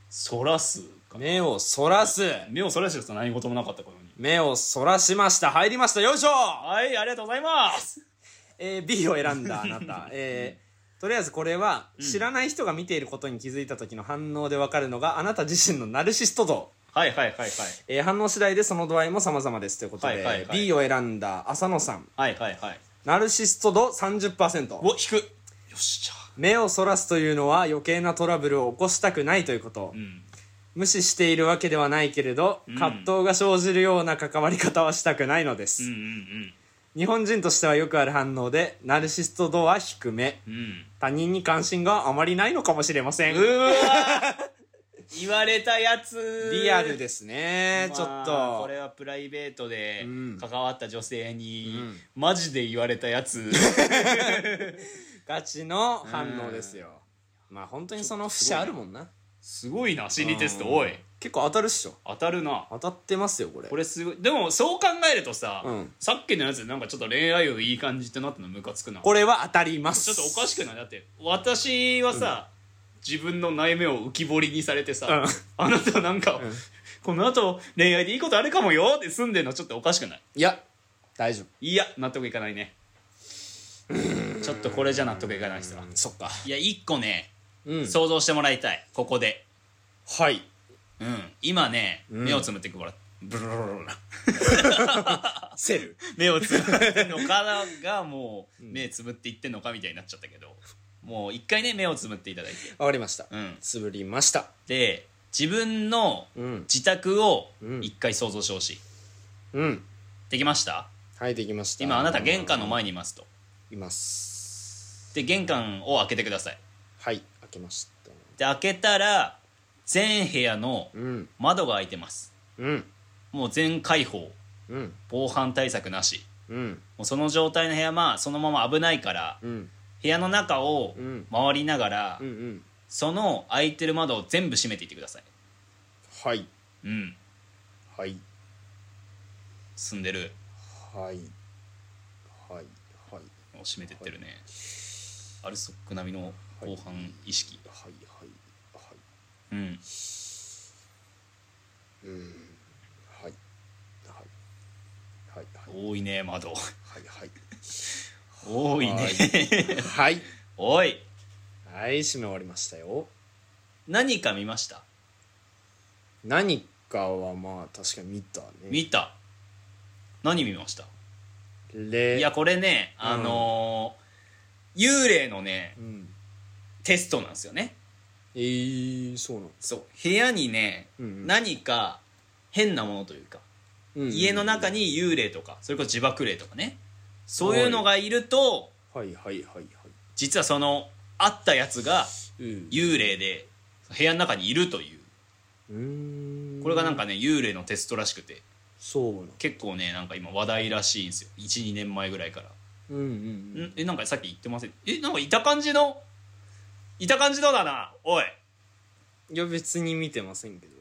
Speaker 5: そらすか
Speaker 1: な目をそらす
Speaker 5: 目をそらしてると何事もなかったこのように
Speaker 1: 目をそらしました入りましたよいしょ、
Speaker 5: はいありがとうございます
Speaker 1: えー、B を選んだあな たえー、とりあえずこれは知らない人が見ていることに気づいた時の反応でわかるのがあなた自身のナルシスト像
Speaker 5: はいはいはいはい
Speaker 1: えー反応次第でその度合いも様々ですということで、
Speaker 5: はいはいはい
Speaker 1: B を選んだ浅野さん
Speaker 5: はいはいはい
Speaker 1: ナルシスト度30%
Speaker 5: お引くよしじゃあ
Speaker 1: 目をそらすというのは余計なトラブルを起こしたくないということ、
Speaker 5: うん
Speaker 1: 無視しているわけではないけれど、
Speaker 5: うん
Speaker 1: 葛藤が生じるような関わり方はしたくないのです、
Speaker 5: うんうん
Speaker 1: 日本人としてはよくある反応でナルシスト度は低め
Speaker 5: うんうん
Speaker 1: 他人に関心があまりないのかもしれません
Speaker 5: うわー言われたやつ
Speaker 1: リアルですね、
Speaker 5: まあ
Speaker 1: ちょっと
Speaker 5: これはプライベートで
Speaker 1: うん
Speaker 5: 関わった女性に、
Speaker 1: うん
Speaker 5: マジで言われたやつ
Speaker 1: ガチの反応ですよまあ本当にその節あるもんな
Speaker 5: すごいな心理テストおい
Speaker 1: 結構当たるっしょ
Speaker 5: 当たるな
Speaker 1: 当たってますよこれ
Speaker 5: これすごいでもそう考えるとさ、
Speaker 1: うん
Speaker 5: さっきのやつなんかちょっと恋愛をいい感じってなったのムカつくな
Speaker 1: これは当たります
Speaker 5: ちょっとおかしくないだって私はさ、自分の内面を浮き彫りにされてさ、
Speaker 1: うん
Speaker 5: あなたなんか、この後恋愛でいいことあるかもよって住んでんのちょっとおかしくない
Speaker 1: いや大丈夫
Speaker 5: いや納得いかないねちょっとこれじゃ納得いかない人は
Speaker 1: そっか
Speaker 5: いや一個ね、
Speaker 1: うん
Speaker 5: 想像してもらいたいここで
Speaker 1: はい
Speaker 5: うん今ね、
Speaker 1: ん
Speaker 5: 目をつむってくらブルルルルルル
Speaker 1: セル
Speaker 5: 目をつむってんのかながもう目つぶっていってんのかみたいになっちゃったけどもう一回ね目をつむっていただいて
Speaker 1: わかりました
Speaker 5: うん
Speaker 1: つぶりました
Speaker 5: で自分の
Speaker 1: うん
Speaker 5: 自宅を
Speaker 1: うん
Speaker 5: 一回想像してほしい、
Speaker 1: うん
Speaker 5: できました
Speaker 1: はいできました
Speaker 5: 今あなた玄関の前にいますと
Speaker 1: います
Speaker 5: で玄関を開けてください
Speaker 1: はい開けました
Speaker 5: で開けたら全部屋の
Speaker 1: うん
Speaker 5: 窓が開いてます
Speaker 1: うん
Speaker 5: もう全開放
Speaker 1: うん
Speaker 5: 防犯対策なし
Speaker 1: うん
Speaker 5: もうその状態の部屋まあそのまま危ないから
Speaker 1: うん
Speaker 5: 部屋の中を
Speaker 1: うん
Speaker 5: 回りながら、
Speaker 1: うんうん
Speaker 5: その開いてる窓を全部閉めていってください
Speaker 1: はい
Speaker 5: うん
Speaker 1: はい
Speaker 5: 進んでる
Speaker 1: はいはいはい
Speaker 5: もう閉めてってるね、アルソック並みの防犯意識、
Speaker 1: はいはいはい
Speaker 5: うん
Speaker 1: はいはいはいはい
Speaker 5: 多いね窓
Speaker 1: はい
Speaker 5: 多いね
Speaker 1: はいはい
Speaker 5: おい
Speaker 1: はい締め終わりましたよ
Speaker 5: 何か見ました
Speaker 1: 何かはまあ確かに見たね
Speaker 5: 見た何見ました
Speaker 1: レ
Speaker 5: いやこれねあのー幽霊のね
Speaker 1: うん
Speaker 5: テストなんですよね
Speaker 1: えー、そうなの
Speaker 5: そう部屋にね、
Speaker 1: うんうん
Speaker 5: 何か変なものというか、
Speaker 1: うん
Speaker 5: 家の中に幽霊とかそれこそ自爆霊とかねそういうのがいると
Speaker 1: はいはいはいはい
Speaker 5: 実はそのあったやつが
Speaker 1: うん
Speaker 5: 幽霊で部屋の中にいるという
Speaker 1: うーん
Speaker 5: これがなんかね幽霊のテストらしくて
Speaker 1: そうなの
Speaker 5: 結構ねなんか今話題らしいんですよ12年前ぐらいから
Speaker 1: うんうんうん
Speaker 5: んえなんかさっき言ってませんえなんかいた感じのいた感じのだなおい
Speaker 1: いや別に見てませんけど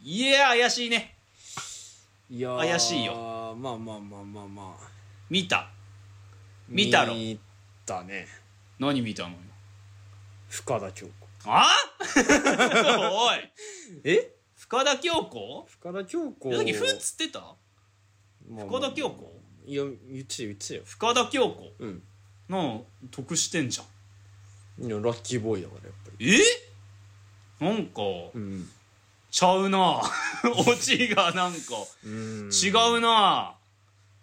Speaker 5: いや怪しいね
Speaker 1: いやー
Speaker 5: 怪しいよ
Speaker 1: まあまあまあまあまあ
Speaker 5: 見た見たろ
Speaker 1: 見たね
Speaker 5: 何見たのよ
Speaker 1: 深田恭子
Speaker 5: あ おい
Speaker 1: え
Speaker 5: 深田恭子
Speaker 1: 深田恭子
Speaker 5: えさっき「ふ」っつってた
Speaker 1: まあまあ
Speaker 5: 深田恭子
Speaker 1: いや言ってよ言ってよ
Speaker 5: 深田恭子
Speaker 1: うん
Speaker 5: なん得してんじゃん
Speaker 1: いやラッキーボーイだからやっぱり
Speaker 5: えなんか
Speaker 1: うん
Speaker 5: ちゃうな オチがなんか
Speaker 1: うん
Speaker 5: 違うな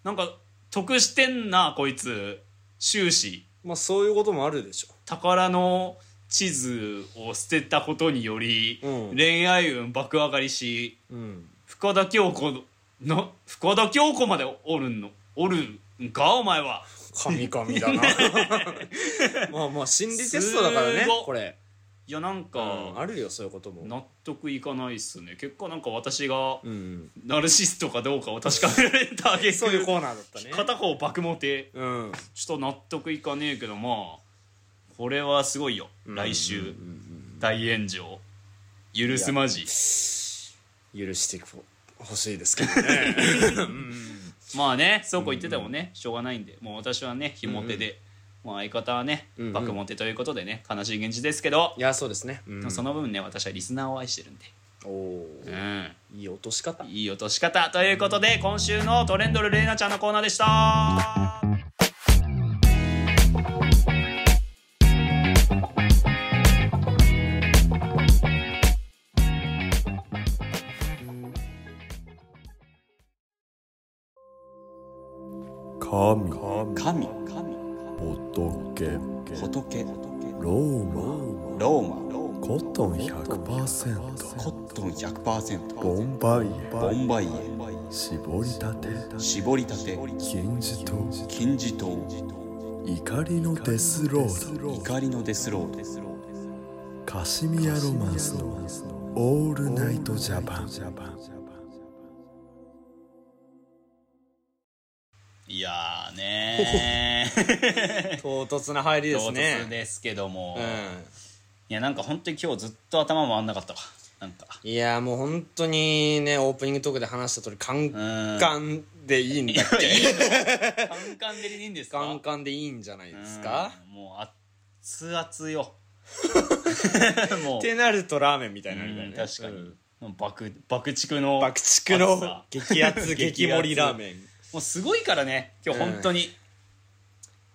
Speaker 5: なんか得してんなこいつ終始
Speaker 1: まあそういうこともあるでしょ
Speaker 5: 宝の地図を捨てたことにより、
Speaker 1: うん
Speaker 5: 恋愛運爆上がりし
Speaker 1: うん
Speaker 5: 深田恭子のな深田恭子までおるんのおるんかお前は
Speaker 1: 神々だなまあまあ心理テストだからね
Speaker 5: すごっ
Speaker 1: これ
Speaker 8: いやなんか、
Speaker 1: うんあるよそういうことも
Speaker 8: 納得いかないっすね結果なんか私が
Speaker 1: うん
Speaker 8: ナルシストかどうかを確かめられたあげ
Speaker 1: そういうコーナーだったね
Speaker 8: 片方爆モテ
Speaker 1: うん
Speaker 8: ちょっと納得いかねえけどまあこれはすごいよ来週、大炎上許すまじ
Speaker 1: 許してほ欲しいですけどね
Speaker 8: まあねそうこう言っててもね、しょうがないんでもう私はねひも手で、まあ、相方はね
Speaker 1: んうん
Speaker 8: 爆モテということでね悲しい現実ですけど、
Speaker 1: いやそうですね、うん
Speaker 8: でもその分ね私はリスナーを愛してるんで
Speaker 1: おおー
Speaker 8: うん
Speaker 1: いい落とし方
Speaker 8: いい落とし方ということで今週のトレンドルレイナちゃんのコーナーでした
Speaker 9: 神神仏
Speaker 6: 神仏ロー
Speaker 9: ロー
Speaker 6: マコットン100%
Speaker 9: マコットン100%
Speaker 6: ボンバイ
Speaker 9: ボン
Speaker 6: エ
Speaker 9: バイエ
Speaker 6: 絞りたて
Speaker 9: 絞りたて
Speaker 6: 金字塔
Speaker 9: 金字塔
Speaker 6: 怒りのデスロード
Speaker 9: 怒りのデスロード
Speaker 6: カシミヤロマンスのオールナイトジャパン
Speaker 8: いやーね ー
Speaker 1: 唐突な入りですね
Speaker 8: 唐突ですけども、
Speaker 1: う
Speaker 8: いやなんか本当に今日ずっと頭回んなかったわなんか
Speaker 1: ん、いやもう本当にねオープニングトークで話した通りカン
Speaker 8: うん
Speaker 1: カンでいいんだっけ
Speaker 8: カンカンでいいんですか
Speaker 1: カンカンでいいんじゃないですか
Speaker 8: うんもう熱々よも
Speaker 1: っ
Speaker 8: う
Speaker 1: てなるとラーメンみたいになるんだよ
Speaker 8: うん
Speaker 1: ね
Speaker 8: 確か
Speaker 1: う
Speaker 8: に
Speaker 1: ん、
Speaker 8: 爆爆竹の
Speaker 1: 爆竹の
Speaker 8: 暑さ
Speaker 1: 激ア ツ激盛りラー
Speaker 8: ン
Speaker 1: メン
Speaker 8: もうすごいからね今日本当に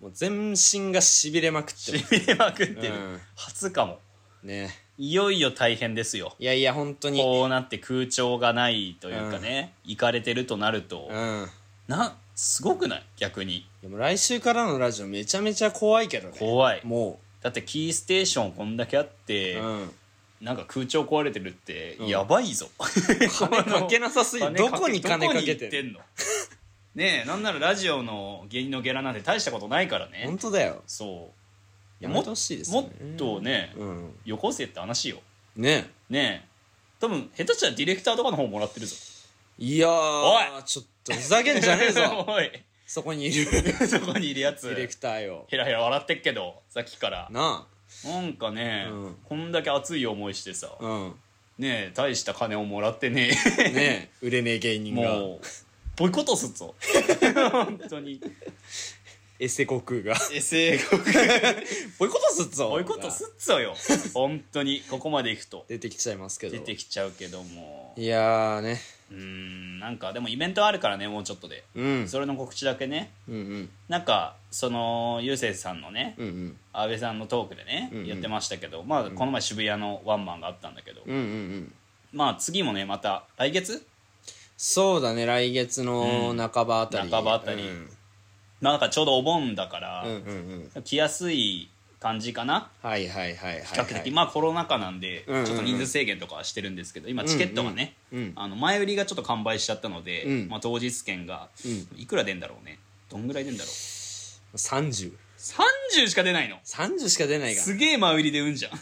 Speaker 1: もう全身がしびれまくって
Speaker 8: し
Speaker 1: る
Speaker 8: びれまくってる、
Speaker 1: うん
Speaker 8: 初かも
Speaker 1: ね
Speaker 8: いよいよ大変ですよ
Speaker 1: いやいや本当に
Speaker 8: こうなって空調がないというかね行かれてるとなると、
Speaker 1: うんいや
Speaker 8: なんすごくない逆に
Speaker 1: もう来週からのラジオめちゃめちゃ怖いけどね
Speaker 8: 怖い
Speaker 1: も
Speaker 8: だってキーステーションこんだけあって、
Speaker 1: う、うん、
Speaker 8: なんか空調壊れてるってやばいぞ、
Speaker 1: 金かけなさすぎ
Speaker 8: 金
Speaker 1: どこに金かけ
Speaker 8: どこに行
Speaker 1: て
Speaker 8: って
Speaker 1: る
Speaker 8: んの ねえなんならラジオの芸人のゲラなんて大したことないからね
Speaker 1: 本当だよ
Speaker 8: そう
Speaker 1: やめてほしいですよ
Speaker 8: も
Speaker 1: ね
Speaker 8: っとね、
Speaker 1: うん
Speaker 8: よこせって話よ
Speaker 1: ね
Speaker 8: ねえ多分下手したらディレクターとかの方もらってるぞ
Speaker 1: いや
Speaker 8: お
Speaker 1: ーちょっとふざけんじゃねえぞ
Speaker 8: おい
Speaker 1: そこにいるデ
Speaker 8: そこにいるやつ
Speaker 1: ィレクターよ
Speaker 8: ヘラヘラ笑ってっけどさっきから
Speaker 1: な
Speaker 8: なんかね、
Speaker 1: うん
Speaker 8: こんだけ熱い思いしてさ、
Speaker 1: あうん
Speaker 8: ねえ大した金をもらってねえ
Speaker 1: ねえ売れねえ芸人が
Speaker 8: もうボイコットすっぞ 本当に
Speaker 1: エセ悟空が
Speaker 8: え成功
Speaker 1: ボイコットすっぞ
Speaker 8: ボイコットすっぞよ本当にここまでいくと
Speaker 1: 出てきちゃいますけど
Speaker 8: 出てきちゃうけども
Speaker 1: いやーね
Speaker 8: うーんなんかでもイベントあるからねもうちょっとで、
Speaker 1: うん
Speaker 8: それの告知だけね
Speaker 1: うんうん
Speaker 8: なんかそのゆうせいさんのね、
Speaker 1: うんうん
Speaker 8: 安倍さんのトークでね、
Speaker 1: ん
Speaker 8: 言ってましたけどまあこの前渋谷のワンマンがあったんだけど、
Speaker 1: うんうんうん
Speaker 8: まあ次もねまた来月
Speaker 1: そうだね来月の半ばあたり、
Speaker 8: 半ばあたり
Speaker 1: うん
Speaker 8: まあなんかちょうどお盆だから、
Speaker 1: うんうんうん
Speaker 8: 来やすい感じかな
Speaker 1: はいはいはいはい、はい、
Speaker 8: 比較的、まあコロナ禍なんで、
Speaker 1: うんうんうん
Speaker 8: ちょっと人数制限とかはしてるんですけど今チケットがね、
Speaker 1: うんうん
Speaker 8: あの前売りがちょっと完売しちゃったので、
Speaker 1: うん
Speaker 8: まあ、当日券がいくら出んだろうねどんぐらい出んだろう
Speaker 1: 3030
Speaker 8: 30しか出ないの
Speaker 1: しか出ないから
Speaker 8: すげえ前売りで売んじゃん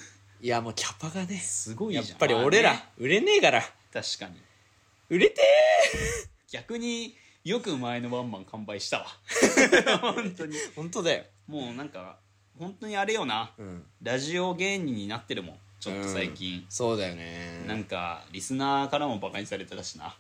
Speaker 1: いやもうキャパがね
Speaker 8: すごいじ
Speaker 1: や
Speaker 8: ゃ
Speaker 1: っ
Speaker 8: ん
Speaker 1: ぱり俺ら、
Speaker 8: まあね
Speaker 1: 売れねえから
Speaker 8: 確かに
Speaker 1: 売れて
Speaker 8: 逆によく前のワンマン完 売したわ本当に
Speaker 1: ー本当だよ
Speaker 8: もうなんか本当にあれよな、
Speaker 1: ん
Speaker 8: ラジオ芸人になってるもんちょっと最近、
Speaker 1: そうだよね
Speaker 8: なんかリスナーからもバカにされてたしない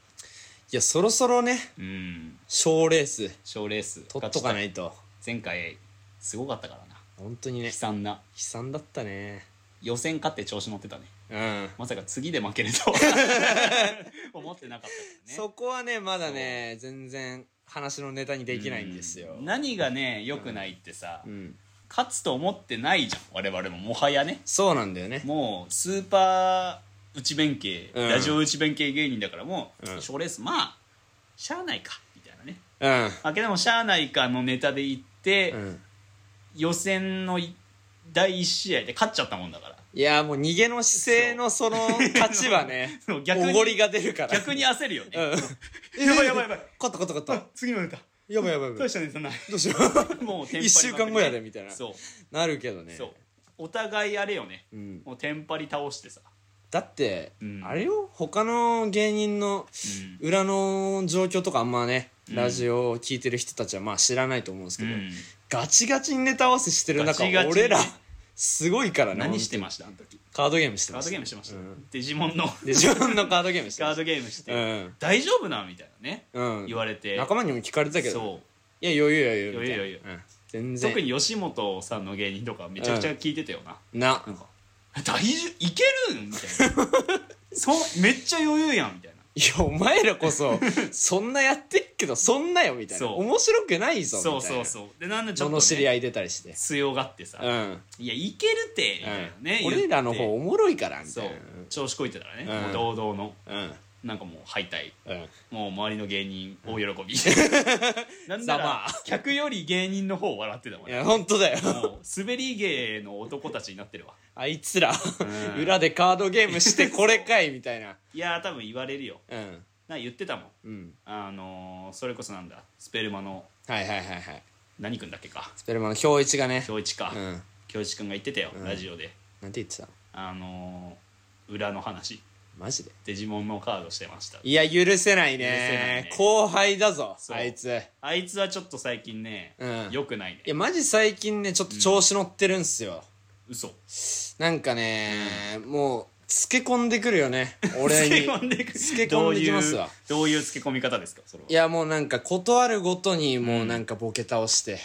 Speaker 1: やそろそろね
Speaker 8: うん
Speaker 1: 賞レース
Speaker 8: 賞レース
Speaker 1: 取っとかないと
Speaker 8: 前回すごかったからな
Speaker 1: 本当にね
Speaker 8: 悲惨な
Speaker 1: 悲惨だったね
Speaker 8: 予選勝って調子乗ってたね
Speaker 1: うん
Speaker 8: まさか次で負けるとは 思ってなかったからね
Speaker 1: そこはねまだね全然話のネタにできないんですよ
Speaker 8: 何がね良くないってさ、
Speaker 1: うん
Speaker 8: 勝つと思ってないじゃん我々ももはやね
Speaker 1: そうなんだよね
Speaker 8: もうスーパー内弁慶、
Speaker 1: うん
Speaker 8: ラジオ内弁慶芸人だからも
Speaker 1: うん
Speaker 8: う賞、レースまあしゃあないかみたいなね
Speaker 1: うん
Speaker 8: あけでもしゃあないかのネタで行って、
Speaker 1: うん
Speaker 8: 予選のい第1試合で勝っちゃったもんだから
Speaker 1: いやもう逃げの姿勢のその立ちはね
Speaker 8: そう逆に
Speaker 1: おごりが出るから
Speaker 8: 逆に焦るよね、
Speaker 1: うん
Speaker 8: やばいやばいやばい
Speaker 1: 勝った勝った勝った
Speaker 8: 次のネタ
Speaker 1: やばいやばいやば
Speaker 8: 大
Speaker 1: い
Speaker 8: したネタない
Speaker 1: どうしよう
Speaker 8: もうテンパりまくり
Speaker 1: 1週間後やでみたいな
Speaker 8: そう
Speaker 1: なるけどね
Speaker 8: そう
Speaker 5: お互いあれよね、
Speaker 1: ん
Speaker 5: もうテンパり倒してさ
Speaker 1: だって、
Speaker 5: ん
Speaker 1: あれよ他の芸人の裏の状況とかあんまね、ラジオを聞いてる人たちはまあ知らないと思うんですけど、
Speaker 5: うん
Speaker 1: ガチガチにネタ合わせしてる中
Speaker 5: ガチガチに
Speaker 1: 俺らすごいからね
Speaker 5: 何してましたあの時
Speaker 1: カードゲームして
Speaker 5: カ
Speaker 1: ま
Speaker 5: ー
Speaker 1: した
Speaker 5: ドゲームしてました、デジモンの
Speaker 1: で自分のカードゲームして
Speaker 5: カ
Speaker 1: ま
Speaker 5: ー
Speaker 1: した
Speaker 5: ドゲームして、
Speaker 1: うん
Speaker 5: 大丈夫なみたいなね、
Speaker 1: うん
Speaker 5: 言われて
Speaker 1: 仲間にも聞かれてたけど
Speaker 5: そう
Speaker 1: いや余裕余裕みたいな
Speaker 5: 余裕余裕
Speaker 1: うん全然
Speaker 5: 特に吉本さんの芸人とかめちゃくちゃ聞いてたよな、
Speaker 1: な
Speaker 5: なんか「大丈夫いけるん?」みたいな そうめっちゃ余裕やんみたいない
Speaker 1: や お前らこそそんなやってっけどそんなよみたいな
Speaker 5: そう
Speaker 1: 面白くないぞみたい
Speaker 5: そ
Speaker 1: な
Speaker 5: うそうそうでなんでちょっと、ね、
Speaker 1: 罵り合い出たりして
Speaker 5: 強がってさ、
Speaker 1: うん
Speaker 5: いやいけるって」みたいなね、
Speaker 1: うん、俺らの方お
Speaker 5: 言って
Speaker 1: もろいからみた
Speaker 5: そ
Speaker 1: いうな
Speaker 5: 調子こいてたらね、
Speaker 1: うん
Speaker 5: もう堂々の
Speaker 1: うん
Speaker 5: なんかもう敗退
Speaker 1: うん
Speaker 5: もう周りの芸人大喜び なん
Speaker 1: ざ
Speaker 5: な
Speaker 1: ま
Speaker 5: ら
Speaker 1: あ
Speaker 5: 客より芸人の方笑ってたもん
Speaker 1: い
Speaker 5: ね
Speaker 1: や本当だよ
Speaker 5: もう滑り芸の男たちになってるわ
Speaker 1: あいつら、裏でカードゲームしてこれかいみたいない
Speaker 5: やー多分言われるよ
Speaker 1: うん
Speaker 5: なんか言ってたもん
Speaker 1: うん
Speaker 5: あのー、それこそなんだスペルマの
Speaker 1: はいはいはいはい
Speaker 5: 何君だっけか
Speaker 1: スペルマの表一がね
Speaker 5: 京一か、
Speaker 1: うん
Speaker 5: 京一君が言ってたよ、ラジオで
Speaker 1: なんて言ってたの
Speaker 5: あのー、裏の話
Speaker 1: マジで
Speaker 5: デジモンのカードしてました
Speaker 1: いや許せないね
Speaker 5: 許せないね
Speaker 1: 後輩だぞ
Speaker 5: そう
Speaker 1: あいつ
Speaker 5: あいつはちょっと最近ね、
Speaker 1: うん
Speaker 5: よくない
Speaker 1: い
Speaker 5: ね
Speaker 1: やマジ最近ねちょっと調子乗ってるんすよ、
Speaker 5: 嘘
Speaker 1: なんかね、もうつけ込んでくるよね俺に
Speaker 5: つけ込んでく
Speaker 1: つけ込んできますわ
Speaker 5: どういうどういうつけ込み方ですかそれはい
Speaker 1: やもうなんか断るごとにもうなんかボケ倒して、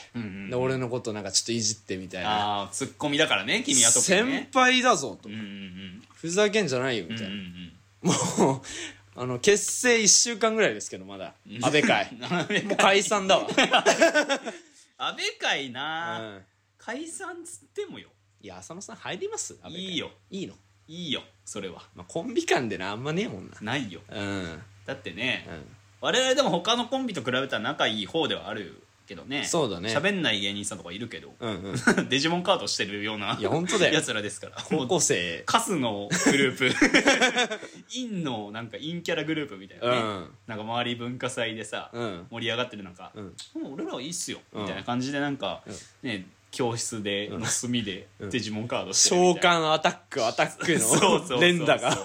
Speaker 1: で俺のことなんかちょっといじってみたいな、
Speaker 5: ああツッコミだからね君は特に
Speaker 1: 先
Speaker 5: ね
Speaker 1: 輩だぞと、
Speaker 5: うんうん
Speaker 1: ふざけんじゃないよみたいな、
Speaker 5: うん
Speaker 1: もうあの結成1週間ぐらいですけどまだ安倍 会
Speaker 5: うん
Speaker 1: もう解散だわ、
Speaker 5: 安倍会な、
Speaker 1: うん、
Speaker 5: 解散つってもよ
Speaker 1: いや浅野さん入ります安倍会
Speaker 5: いいよ
Speaker 1: いいの、
Speaker 5: いいよそれは
Speaker 1: まあ、コンビ間でなあんまねえもんな
Speaker 5: ないよ
Speaker 1: うん、
Speaker 5: だってね、
Speaker 1: うん
Speaker 5: 我々でも他のコンビと比べたら仲いい方ではあるけどね
Speaker 1: そうだね
Speaker 5: 喋んない芸人さんとかいるけど、
Speaker 1: うんうん
Speaker 5: デジモンカードしてるようない
Speaker 1: や本当だよ
Speaker 5: やつらですから
Speaker 1: 高校生
Speaker 5: カスのグループ陰のなんか陰キャラグループみたいなね、
Speaker 1: うん
Speaker 5: なんか周り文化祭でさ、
Speaker 1: うん
Speaker 5: 盛り上がってるなんか、
Speaker 1: ん
Speaker 5: もう俺らはいいっすよ、
Speaker 1: ん
Speaker 5: みたいな感じでなんか、ね教室での隅でデジモンカードしてる
Speaker 1: 召
Speaker 5: みたいな
Speaker 1: 喚アタックアタック
Speaker 5: そうそうそうそ
Speaker 1: の
Speaker 5: う
Speaker 1: 連打が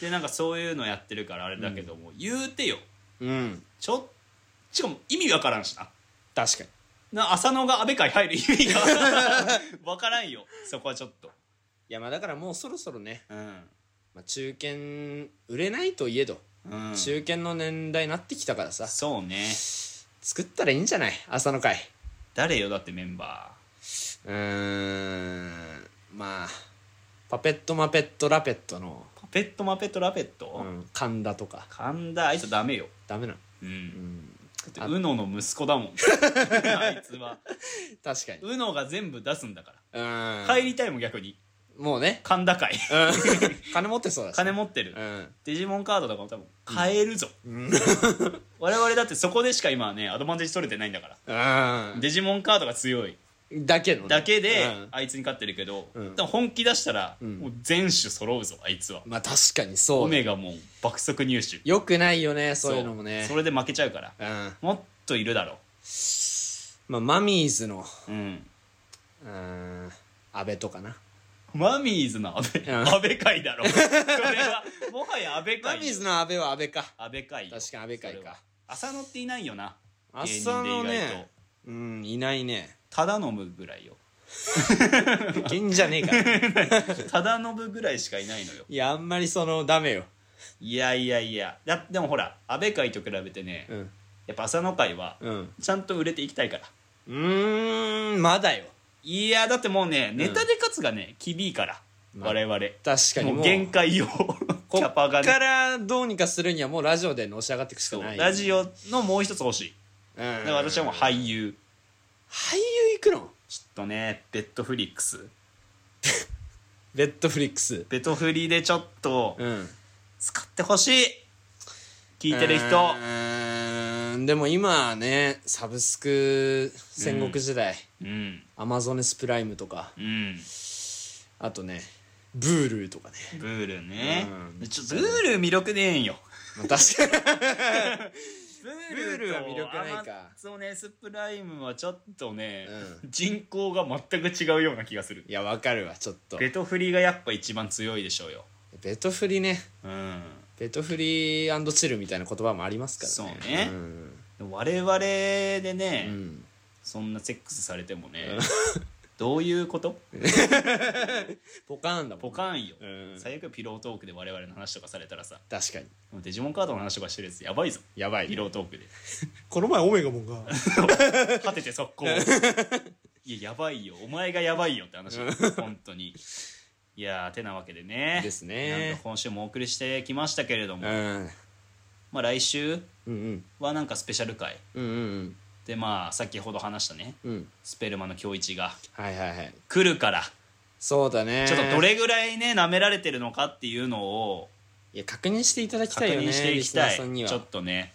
Speaker 5: でなんかそういうのやってるからあれだけども、言うてよ
Speaker 1: うん
Speaker 5: ちょしかも意味わからんしな
Speaker 1: 確かに
Speaker 5: な浅野が安倍会入る意味がわからんよそこはちょっと
Speaker 1: いやまあだからもうそろそろね、
Speaker 5: うん、
Speaker 1: まあ、中堅売れないといえど、
Speaker 5: うん、
Speaker 1: 中堅の年代になってきたからさ
Speaker 5: そうね
Speaker 1: 作ったらいいんじゃない朝の会
Speaker 5: 誰よだってメンバ
Speaker 1: うーんまあパペットマペットラペットの、
Speaker 5: ーパペットマペットラペッ
Speaker 1: う
Speaker 5: ト、
Speaker 1: ん、神田とか
Speaker 5: 神田あいつダメよ
Speaker 1: ダメなの
Speaker 5: うん、だってウノの息子 だもんあいつは
Speaker 1: 確かに
Speaker 5: ウノが全部出すんだか
Speaker 1: うーん、
Speaker 5: ら帰りたいもん逆に
Speaker 1: もうね、
Speaker 5: 神田会
Speaker 1: うん、金持ってそうだし
Speaker 5: 金持ってる、
Speaker 1: うん
Speaker 5: デジモンカードとかも多分買えるぞ、 我々だってそこでしか今はねアドバンテージ取れてないんだから、
Speaker 1: う
Speaker 5: デジモンカードが強い
Speaker 1: んだけのね
Speaker 5: だけで、
Speaker 1: うん
Speaker 5: あいつに勝ってるけど、
Speaker 1: ん
Speaker 5: でも本気出したら、もう全種揃うぞあいつは、
Speaker 1: まあ確かにそ
Speaker 5: オ
Speaker 1: うね
Speaker 5: メガもう爆速入手
Speaker 1: よくないよねそういうのもね
Speaker 5: それで負けちゃうから、
Speaker 1: うん
Speaker 5: もっといるだろ
Speaker 1: まあマミーズの
Speaker 5: う、うん、
Speaker 1: うん安倍とかな
Speaker 5: マミーズの安倍、
Speaker 1: うん
Speaker 5: 安倍会だろそれはもはや安倍
Speaker 1: マ
Speaker 5: 会
Speaker 1: ミーズの安倍は安倍か
Speaker 5: 安倍会よ
Speaker 1: 確かに安倍会か
Speaker 5: それは浅野っていないよな
Speaker 1: 浅野
Speaker 5: 芸人で意外
Speaker 1: ね
Speaker 5: と
Speaker 1: うんいないね
Speaker 5: ただ飲むぐら いよ
Speaker 1: いけんじゃねえから
Speaker 5: ただ飲むぐらいしかいないのよ
Speaker 1: いやあんまりそのダメよ
Speaker 5: いやいやいやだでもほら安倍会と比べてね、
Speaker 1: うん
Speaker 5: やっぱ浅野会は
Speaker 1: うん
Speaker 5: ちゃんと売れていきたいから
Speaker 1: うーんまだよ
Speaker 5: いやだってもうねネタで勝つがね厳いから、我々
Speaker 1: 確かにもう
Speaker 5: もう限界を
Speaker 1: こ
Speaker 5: キャパが
Speaker 1: っか
Speaker 5: ね
Speaker 1: らどうにかするにはもうラジオでのし上がっていくしか
Speaker 5: そう
Speaker 1: ない
Speaker 5: ラジオのもう一つ欲しい
Speaker 1: オ
Speaker 5: だから私はもう俳優
Speaker 1: 俳優行くの
Speaker 5: ちょっとねベッドフリッ クス
Speaker 1: ベッドフリックス
Speaker 5: ベトフリでちょっと
Speaker 1: うん
Speaker 5: 使ってほしい聞いてる人
Speaker 1: うーんでも今はねサブスク戦国時代、
Speaker 5: うん
Speaker 1: アマゾネスプライムとか
Speaker 5: うん
Speaker 1: あとねブールーとかね、
Speaker 5: ブールねちょっとブール魅力ねえんよ
Speaker 1: まあ、確かに
Speaker 8: プー
Speaker 1: ル
Speaker 8: ル
Speaker 1: と
Speaker 8: と
Speaker 1: は魅力ないか
Speaker 8: アマゾネスプライムはちょっとね、
Speaker 1: う
Speaker 8: 人口が全く違うような気がする
Speaker 1: いやわかるわちょっと
Speaker 8: ベトフリがやっぱ一番強いでしょうよ
Speaker 1: ベトフリね
Speaker 8: うん
Speaker 1: ベトフリーチルみたいな言葉もありますからね
Speaker 8: そうね
Speaker 1: うん
Speaker 8: 我々でね、
Speaker 1: うん
Speaker 8: そんなセックスされてもね どういうこと
Speaker 1: ポカーンだもん
Speaker 8: ポカンよ、
Speaker 1: うん
Speaker 8: 最悪ピロートークで我々の話とかされたらさ
Speaker 1: 確かに
Speaker 8: デジモンカードの話とかしてるやつやばいぞ
Speaker 1: やば
Speaker 8: ピ
Speaker 1: い
Speaker 8: ロートークで
Speaker 1: この前オメガモン が
Speaker 8: 果てて速攻いややばいよお前がやばいよって話本当にいやーてなわけでね
Speaker 1: ですね
Speaker 8: なんか今週もお送りしてきましたけれど
Speaker 1: う
Speaker 8: も、
Speaker 1: ん
Speaker 8: まあ来週
Speaker 1: うん
Speaker 8: はなんかスペシャル回
Speaker 1: うんうんうん
Speaker 8: でまあ先ほど話したね
Speaker 1: うんうん
Speaker 8: スペルマの京一が
Speaker 1: はいはいはい
Speaker 8: 来るから
Speaker 1: そうだね
Speaker 8: ちょっとどれぐらいね舐められてるのかっていうのを
Speaker 1: いや確認していただき
Speaker 8: 確
Speaker 1: たいよね
Speaker 8: 認していきた
Speaker 1: リスナ
Speaker 8: い
Speaker 1: ーさんには
Speaker 8: ちょっとね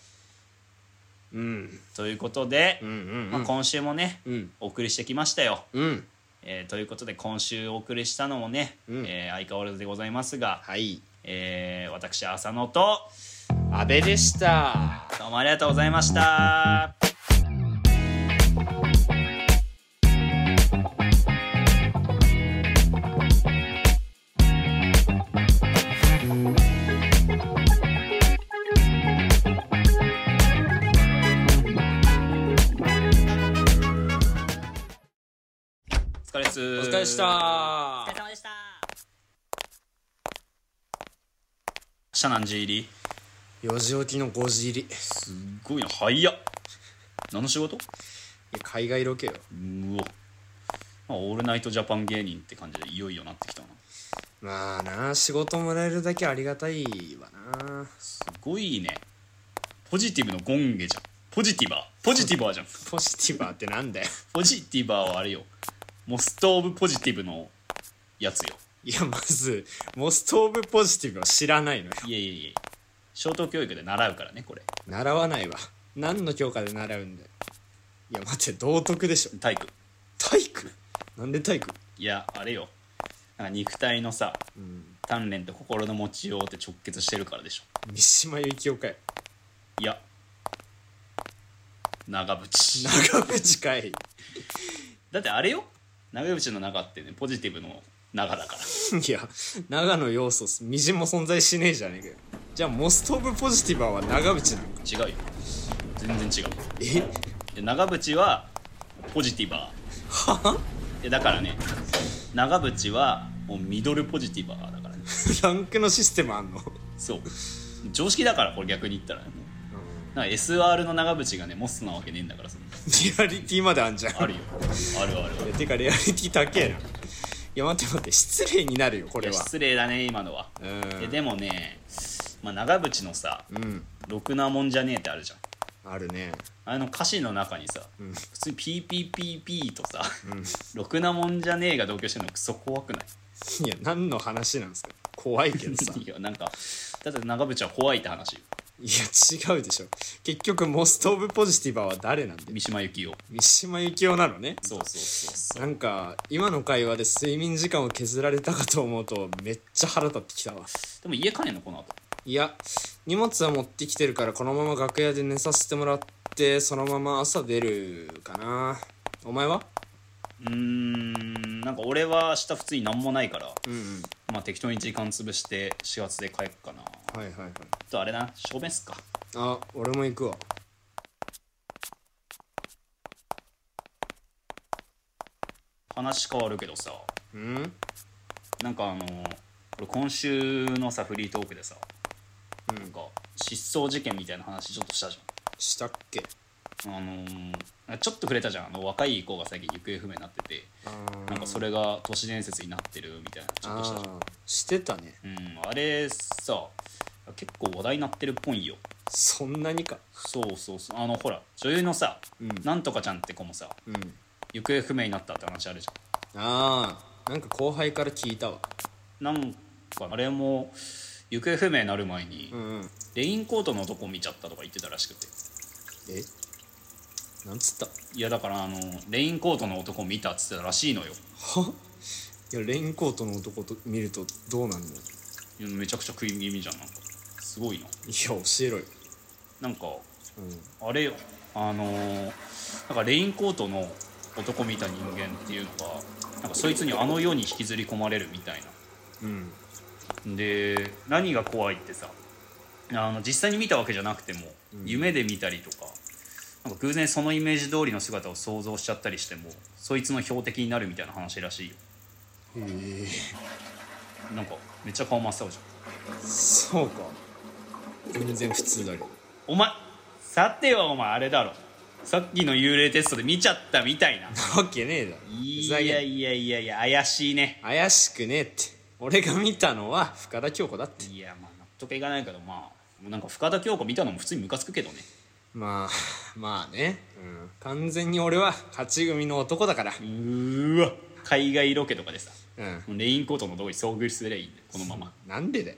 Speaker 1: うん
Speaker 8: ということで、
Speaker 1: うんうんう
Speaker 8: まあ、
Speaker 1: ん
Speaker 8: 今週もね、
Speaker 1: うん
Speaker 8: お送りしてきましたよ、
Speaker 1: うん
Speaker 8: えーということで今週お送りしたのもね、
Speaker 1: うん
Speaker 8: えー相変わらずでございますが、
Speaker 1: はい
Speaker 8: えー私浅野と
Speaker 1: 阿部でした
Speaker 8: どうもありがとうございました。お疲れっす
Speaker 1: お疲れでした
Speaker 8: シャナンジ入り
Speaker 1: 4時起きの5時入りい
Speaker 8: すっごいな早っ何の仕事
Speaker 1: や海外ロケよ
Speaker 8: うお、まあ、オールナイトジャパン芸人って感じでいよいよなってきたな
Speaker 1: まあな仕事もらえるだけありがたいわな
Speaker 8: すごいねポジティブのゴンゲじゃんポジティバーポジティバーじゃん
Speaker 1: ポジティバーってなんだよ
Speaker 8: ポジティバーはあれよモスト・オブ・ポジティブのやつよ
Speaker 1: いやまずモスト・オブ・ポジティブは知らないのよ
Speaker 8: いえいえいえ小等教育で習うからねこれ
Speaker 1: 習わないわ何の教科で習うんだよいや待って道徳でしょ
Speaker 8: 体育
Speaker 1: 体育なんで体育
Speaker 8: いやあれよなんか肉体のさ、鍛錬と心の持ちようって直結してるからでしょ
Speaker 1: 三島由紀夫かい
Speaker 8: いや長渕
Speaker 1: 長渕かい
Speaker 8: だってあれよ長渕の中ってねポジティブの中だから
Speaker 1: いや長の要素すみじんも存在しねえじゃねえかよじゃあモスト・オブ・ポジティバーは長渕なのか
Speaker 8: 違うよ全然違う
Speaker 1: え
Speaker 8: で長渕はポジティバーはでだからね長渕はもうミドルポジティバーだからね
Speaker 1: ランクのシステムあんの
Speaker 8: そう常識だからこれ逆に言ったらねなんか SR の長渕がねモスなわけねえんだからその
Speaker 1: リアリティまであんじゃん
Speaker 8: あるよあるあるあ
Speaker 1: い
Speaker 8: る
Speaker 1: やてかレアリティ高えないや待って待って失礼になるよこ
Speaker 8: い
Speaker 1: れ
Speaker 8: や
Speaker 1: は
Speaker 8: 失礼だね今のは
Speaker 1: うん
Speaker 8: ででもね、まあ、長渕のさ
Speaker 1: うん
Speaker 8: 「ろくなもんじゃねえ」ってあるじゃん
Speaker 1: あるね
Speaker 8: あの歌詞の中にさ、普通に PPPP とさ、ろくなもんじゃねえが同居してるのクソ怖くない
Speaker 1: いや何の話なんですか怖いけど さ
Speaker 8: いやなんかだって長渕は怖いって話よ
Speaker 1: いや違うでしょ結局モスト・オブ・ポジティバーは誰なんで
Speaker 8: 三島由紀夫
Speaker 1: 三島由紀夫なのね
Speaker 8: そうそうそうそ
Speaker 1: なんか今の会話で睡眠時間を削られたかと思うとめっちゃ腹立ってきたわ
Speaker 8: うでも家帰んのこの後
Speaker 1: いや荷物は持ってきてるからこのまま楽屋で寝させてもらってそのまま朝出るかなお前は
Speaker 8: うーんなんか俺は明日普通に何もないから、
Speaker 1: うんうん
Speaker 8: まあ適当に時間潰して始発で帰っかなあ
Speaker 1: はいはいはい
Speaker 8: とあれな証明っすか
Speaker 1: あ俺も行くわ
Speaker 8: 話変わるけどさ
Speaker 1: うん
Speaker 8: なんかあの俺今週のさフリートークでさ、なんか失踪事件みたいな話ちょっとしたじゃん
Speaker 1: したっけ
Speaker 8: あのーちょっと触れたじゃんあの若い子が最近行方不明になっててなんかそれが都市伝説になってるみたいなちょっとした
Speaker 1: あ
Speaker 8: じゃん
Speaker 1: あしてたね
Speaker 8: うんあれさ結構話題になってるっぽいよ
Speaker 1: そんなにか
Speaker 8: そうそうそうあのほら女優のさ、
Speaker 1: うん
Speaker 8: なんとかちゃんって子もさ
Speaker 1: うん
Speaker 8: 行方不明になったって話あるじゃ
Speaker 1: ああなんか後輩から聞いたわ
Speaker 8: んなんかあれも行方不明になる前に、
Speaker 1: うんうん
Speaker 8: レインコートのとこ見ちゃったとか言ってたらしくて
Speaker 1: えなんつった
Speaker 8: いやだからあのレインコートの男見たっつってたらしいのよ
Speaker 1: はいやレインコートの男と見るとどうなんのいや
Speaker 8: いやめちゃくちゃ食い気味じゃんなんかすごいな
Speaker 1: 教えろよ
Speaker 8: なんかあれよあのーなんかレインコートの男見た人間っていうのがなんかそいつにあの世に引きずり込まれるみたいな、で何が怖いってさあの実際に見たわけじゃなくても、夢で見たりとかなんか偶然そのイメージ通りの姿を想像しちゃったりしてもそいつの標的になるみたいな話らしいよへえんかめっちゃ顔真っ青じゃん
Speaker 1: そうか全然普通だけど
Speaker 8: お前さてはお前あれだろさっきの幽霊テストで見ちゃったみたいな
Speaker 1: わけねえだろ
Speaker 8: い
Speaker 1: ふざけん
Speaker 8: や
Speaker 1: ない
Speaker 8: やいやいや怪しいね
Speaker 1: 怪しくねえって俺が見たのは深田恭子だって
Speaker 8: いやまあ納得いかないけどまあなんか深田恭子見たのも普通にムカつくけどね
Speaker 1: まあまあね、うん、完全に俺は勝ち組の男だから
Speaker 8: うーわ海外ロケとかでさ
Speaker 1: うん
Speaker 8: レインコートのとこに遭遇すればいいんだよこのまま
Speaker 1: なんでだよ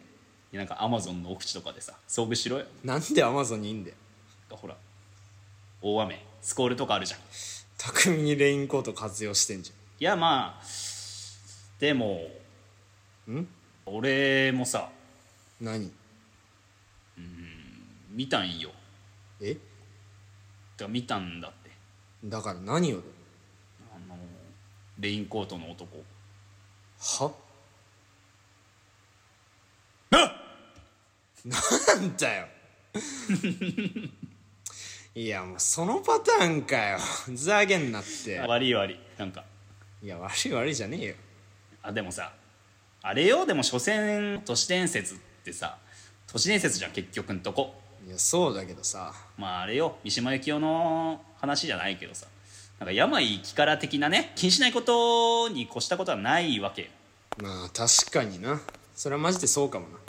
Speaker 8: いやなんかアマゾンの奥地とかでさ遭遇しろよ
Speaker 1: なんでアマゾンにいんだよ
Speaker 8: ほら大雨スコールとかあるじゃんい
Speaker 1: 巧みにレインコート活用してんじ
Speaker 8: やまあでも
Speaker 1: ん
Speaker 8: 俺もさ
Speaker 1: ゃん何
Speaker 8: 見たんよ
Speaker 1: え
Speaker 8: てか見たんだって
Speaker 1: だから何をだよ
Speaker 8: あのレインコートの男
Speaker 1: は
Speaker 8: な
Speaker 1: なんだよ いやもうそのパターンかよふざけんなって
Speaker 8: 悪い悪いなんか
Speaker 1: いや悪い悪いじゃねえよ
Speaker 8: あでもさあれよでも所詮都市伝説ってさ都市伝説じゃん結局んとこ
Speaker 1: いやそうだけどさ
Speaker 8: まああれよ三島由紀夫の話じゃないけどさなんか病気から的なね気にしないことに越したことはないわけよ
Speaker 1: まあ確かになそれはマジでそうかもない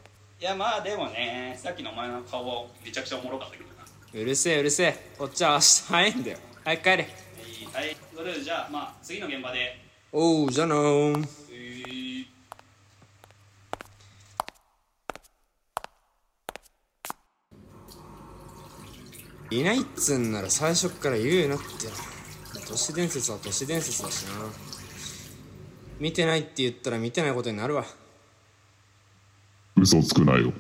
Speaker 8: やまあでもねさっきのお前の顔はめちゃくちゃおもろかったけどな
Speaker 1: うるせえうるせえこっちは明日早いんだよ早く帰れ
Speaker 8: はい、はい、それじゃあまあ次の現場で
Speaker 1: おうじゃあなー
Speaker 8: えー
Speaker 1: いないっつんなら最初っから言うなって都市伝説は都市伝説だしな見てないって言ったら見てないことになるわ
Speaker 10: 嘘をつくなよ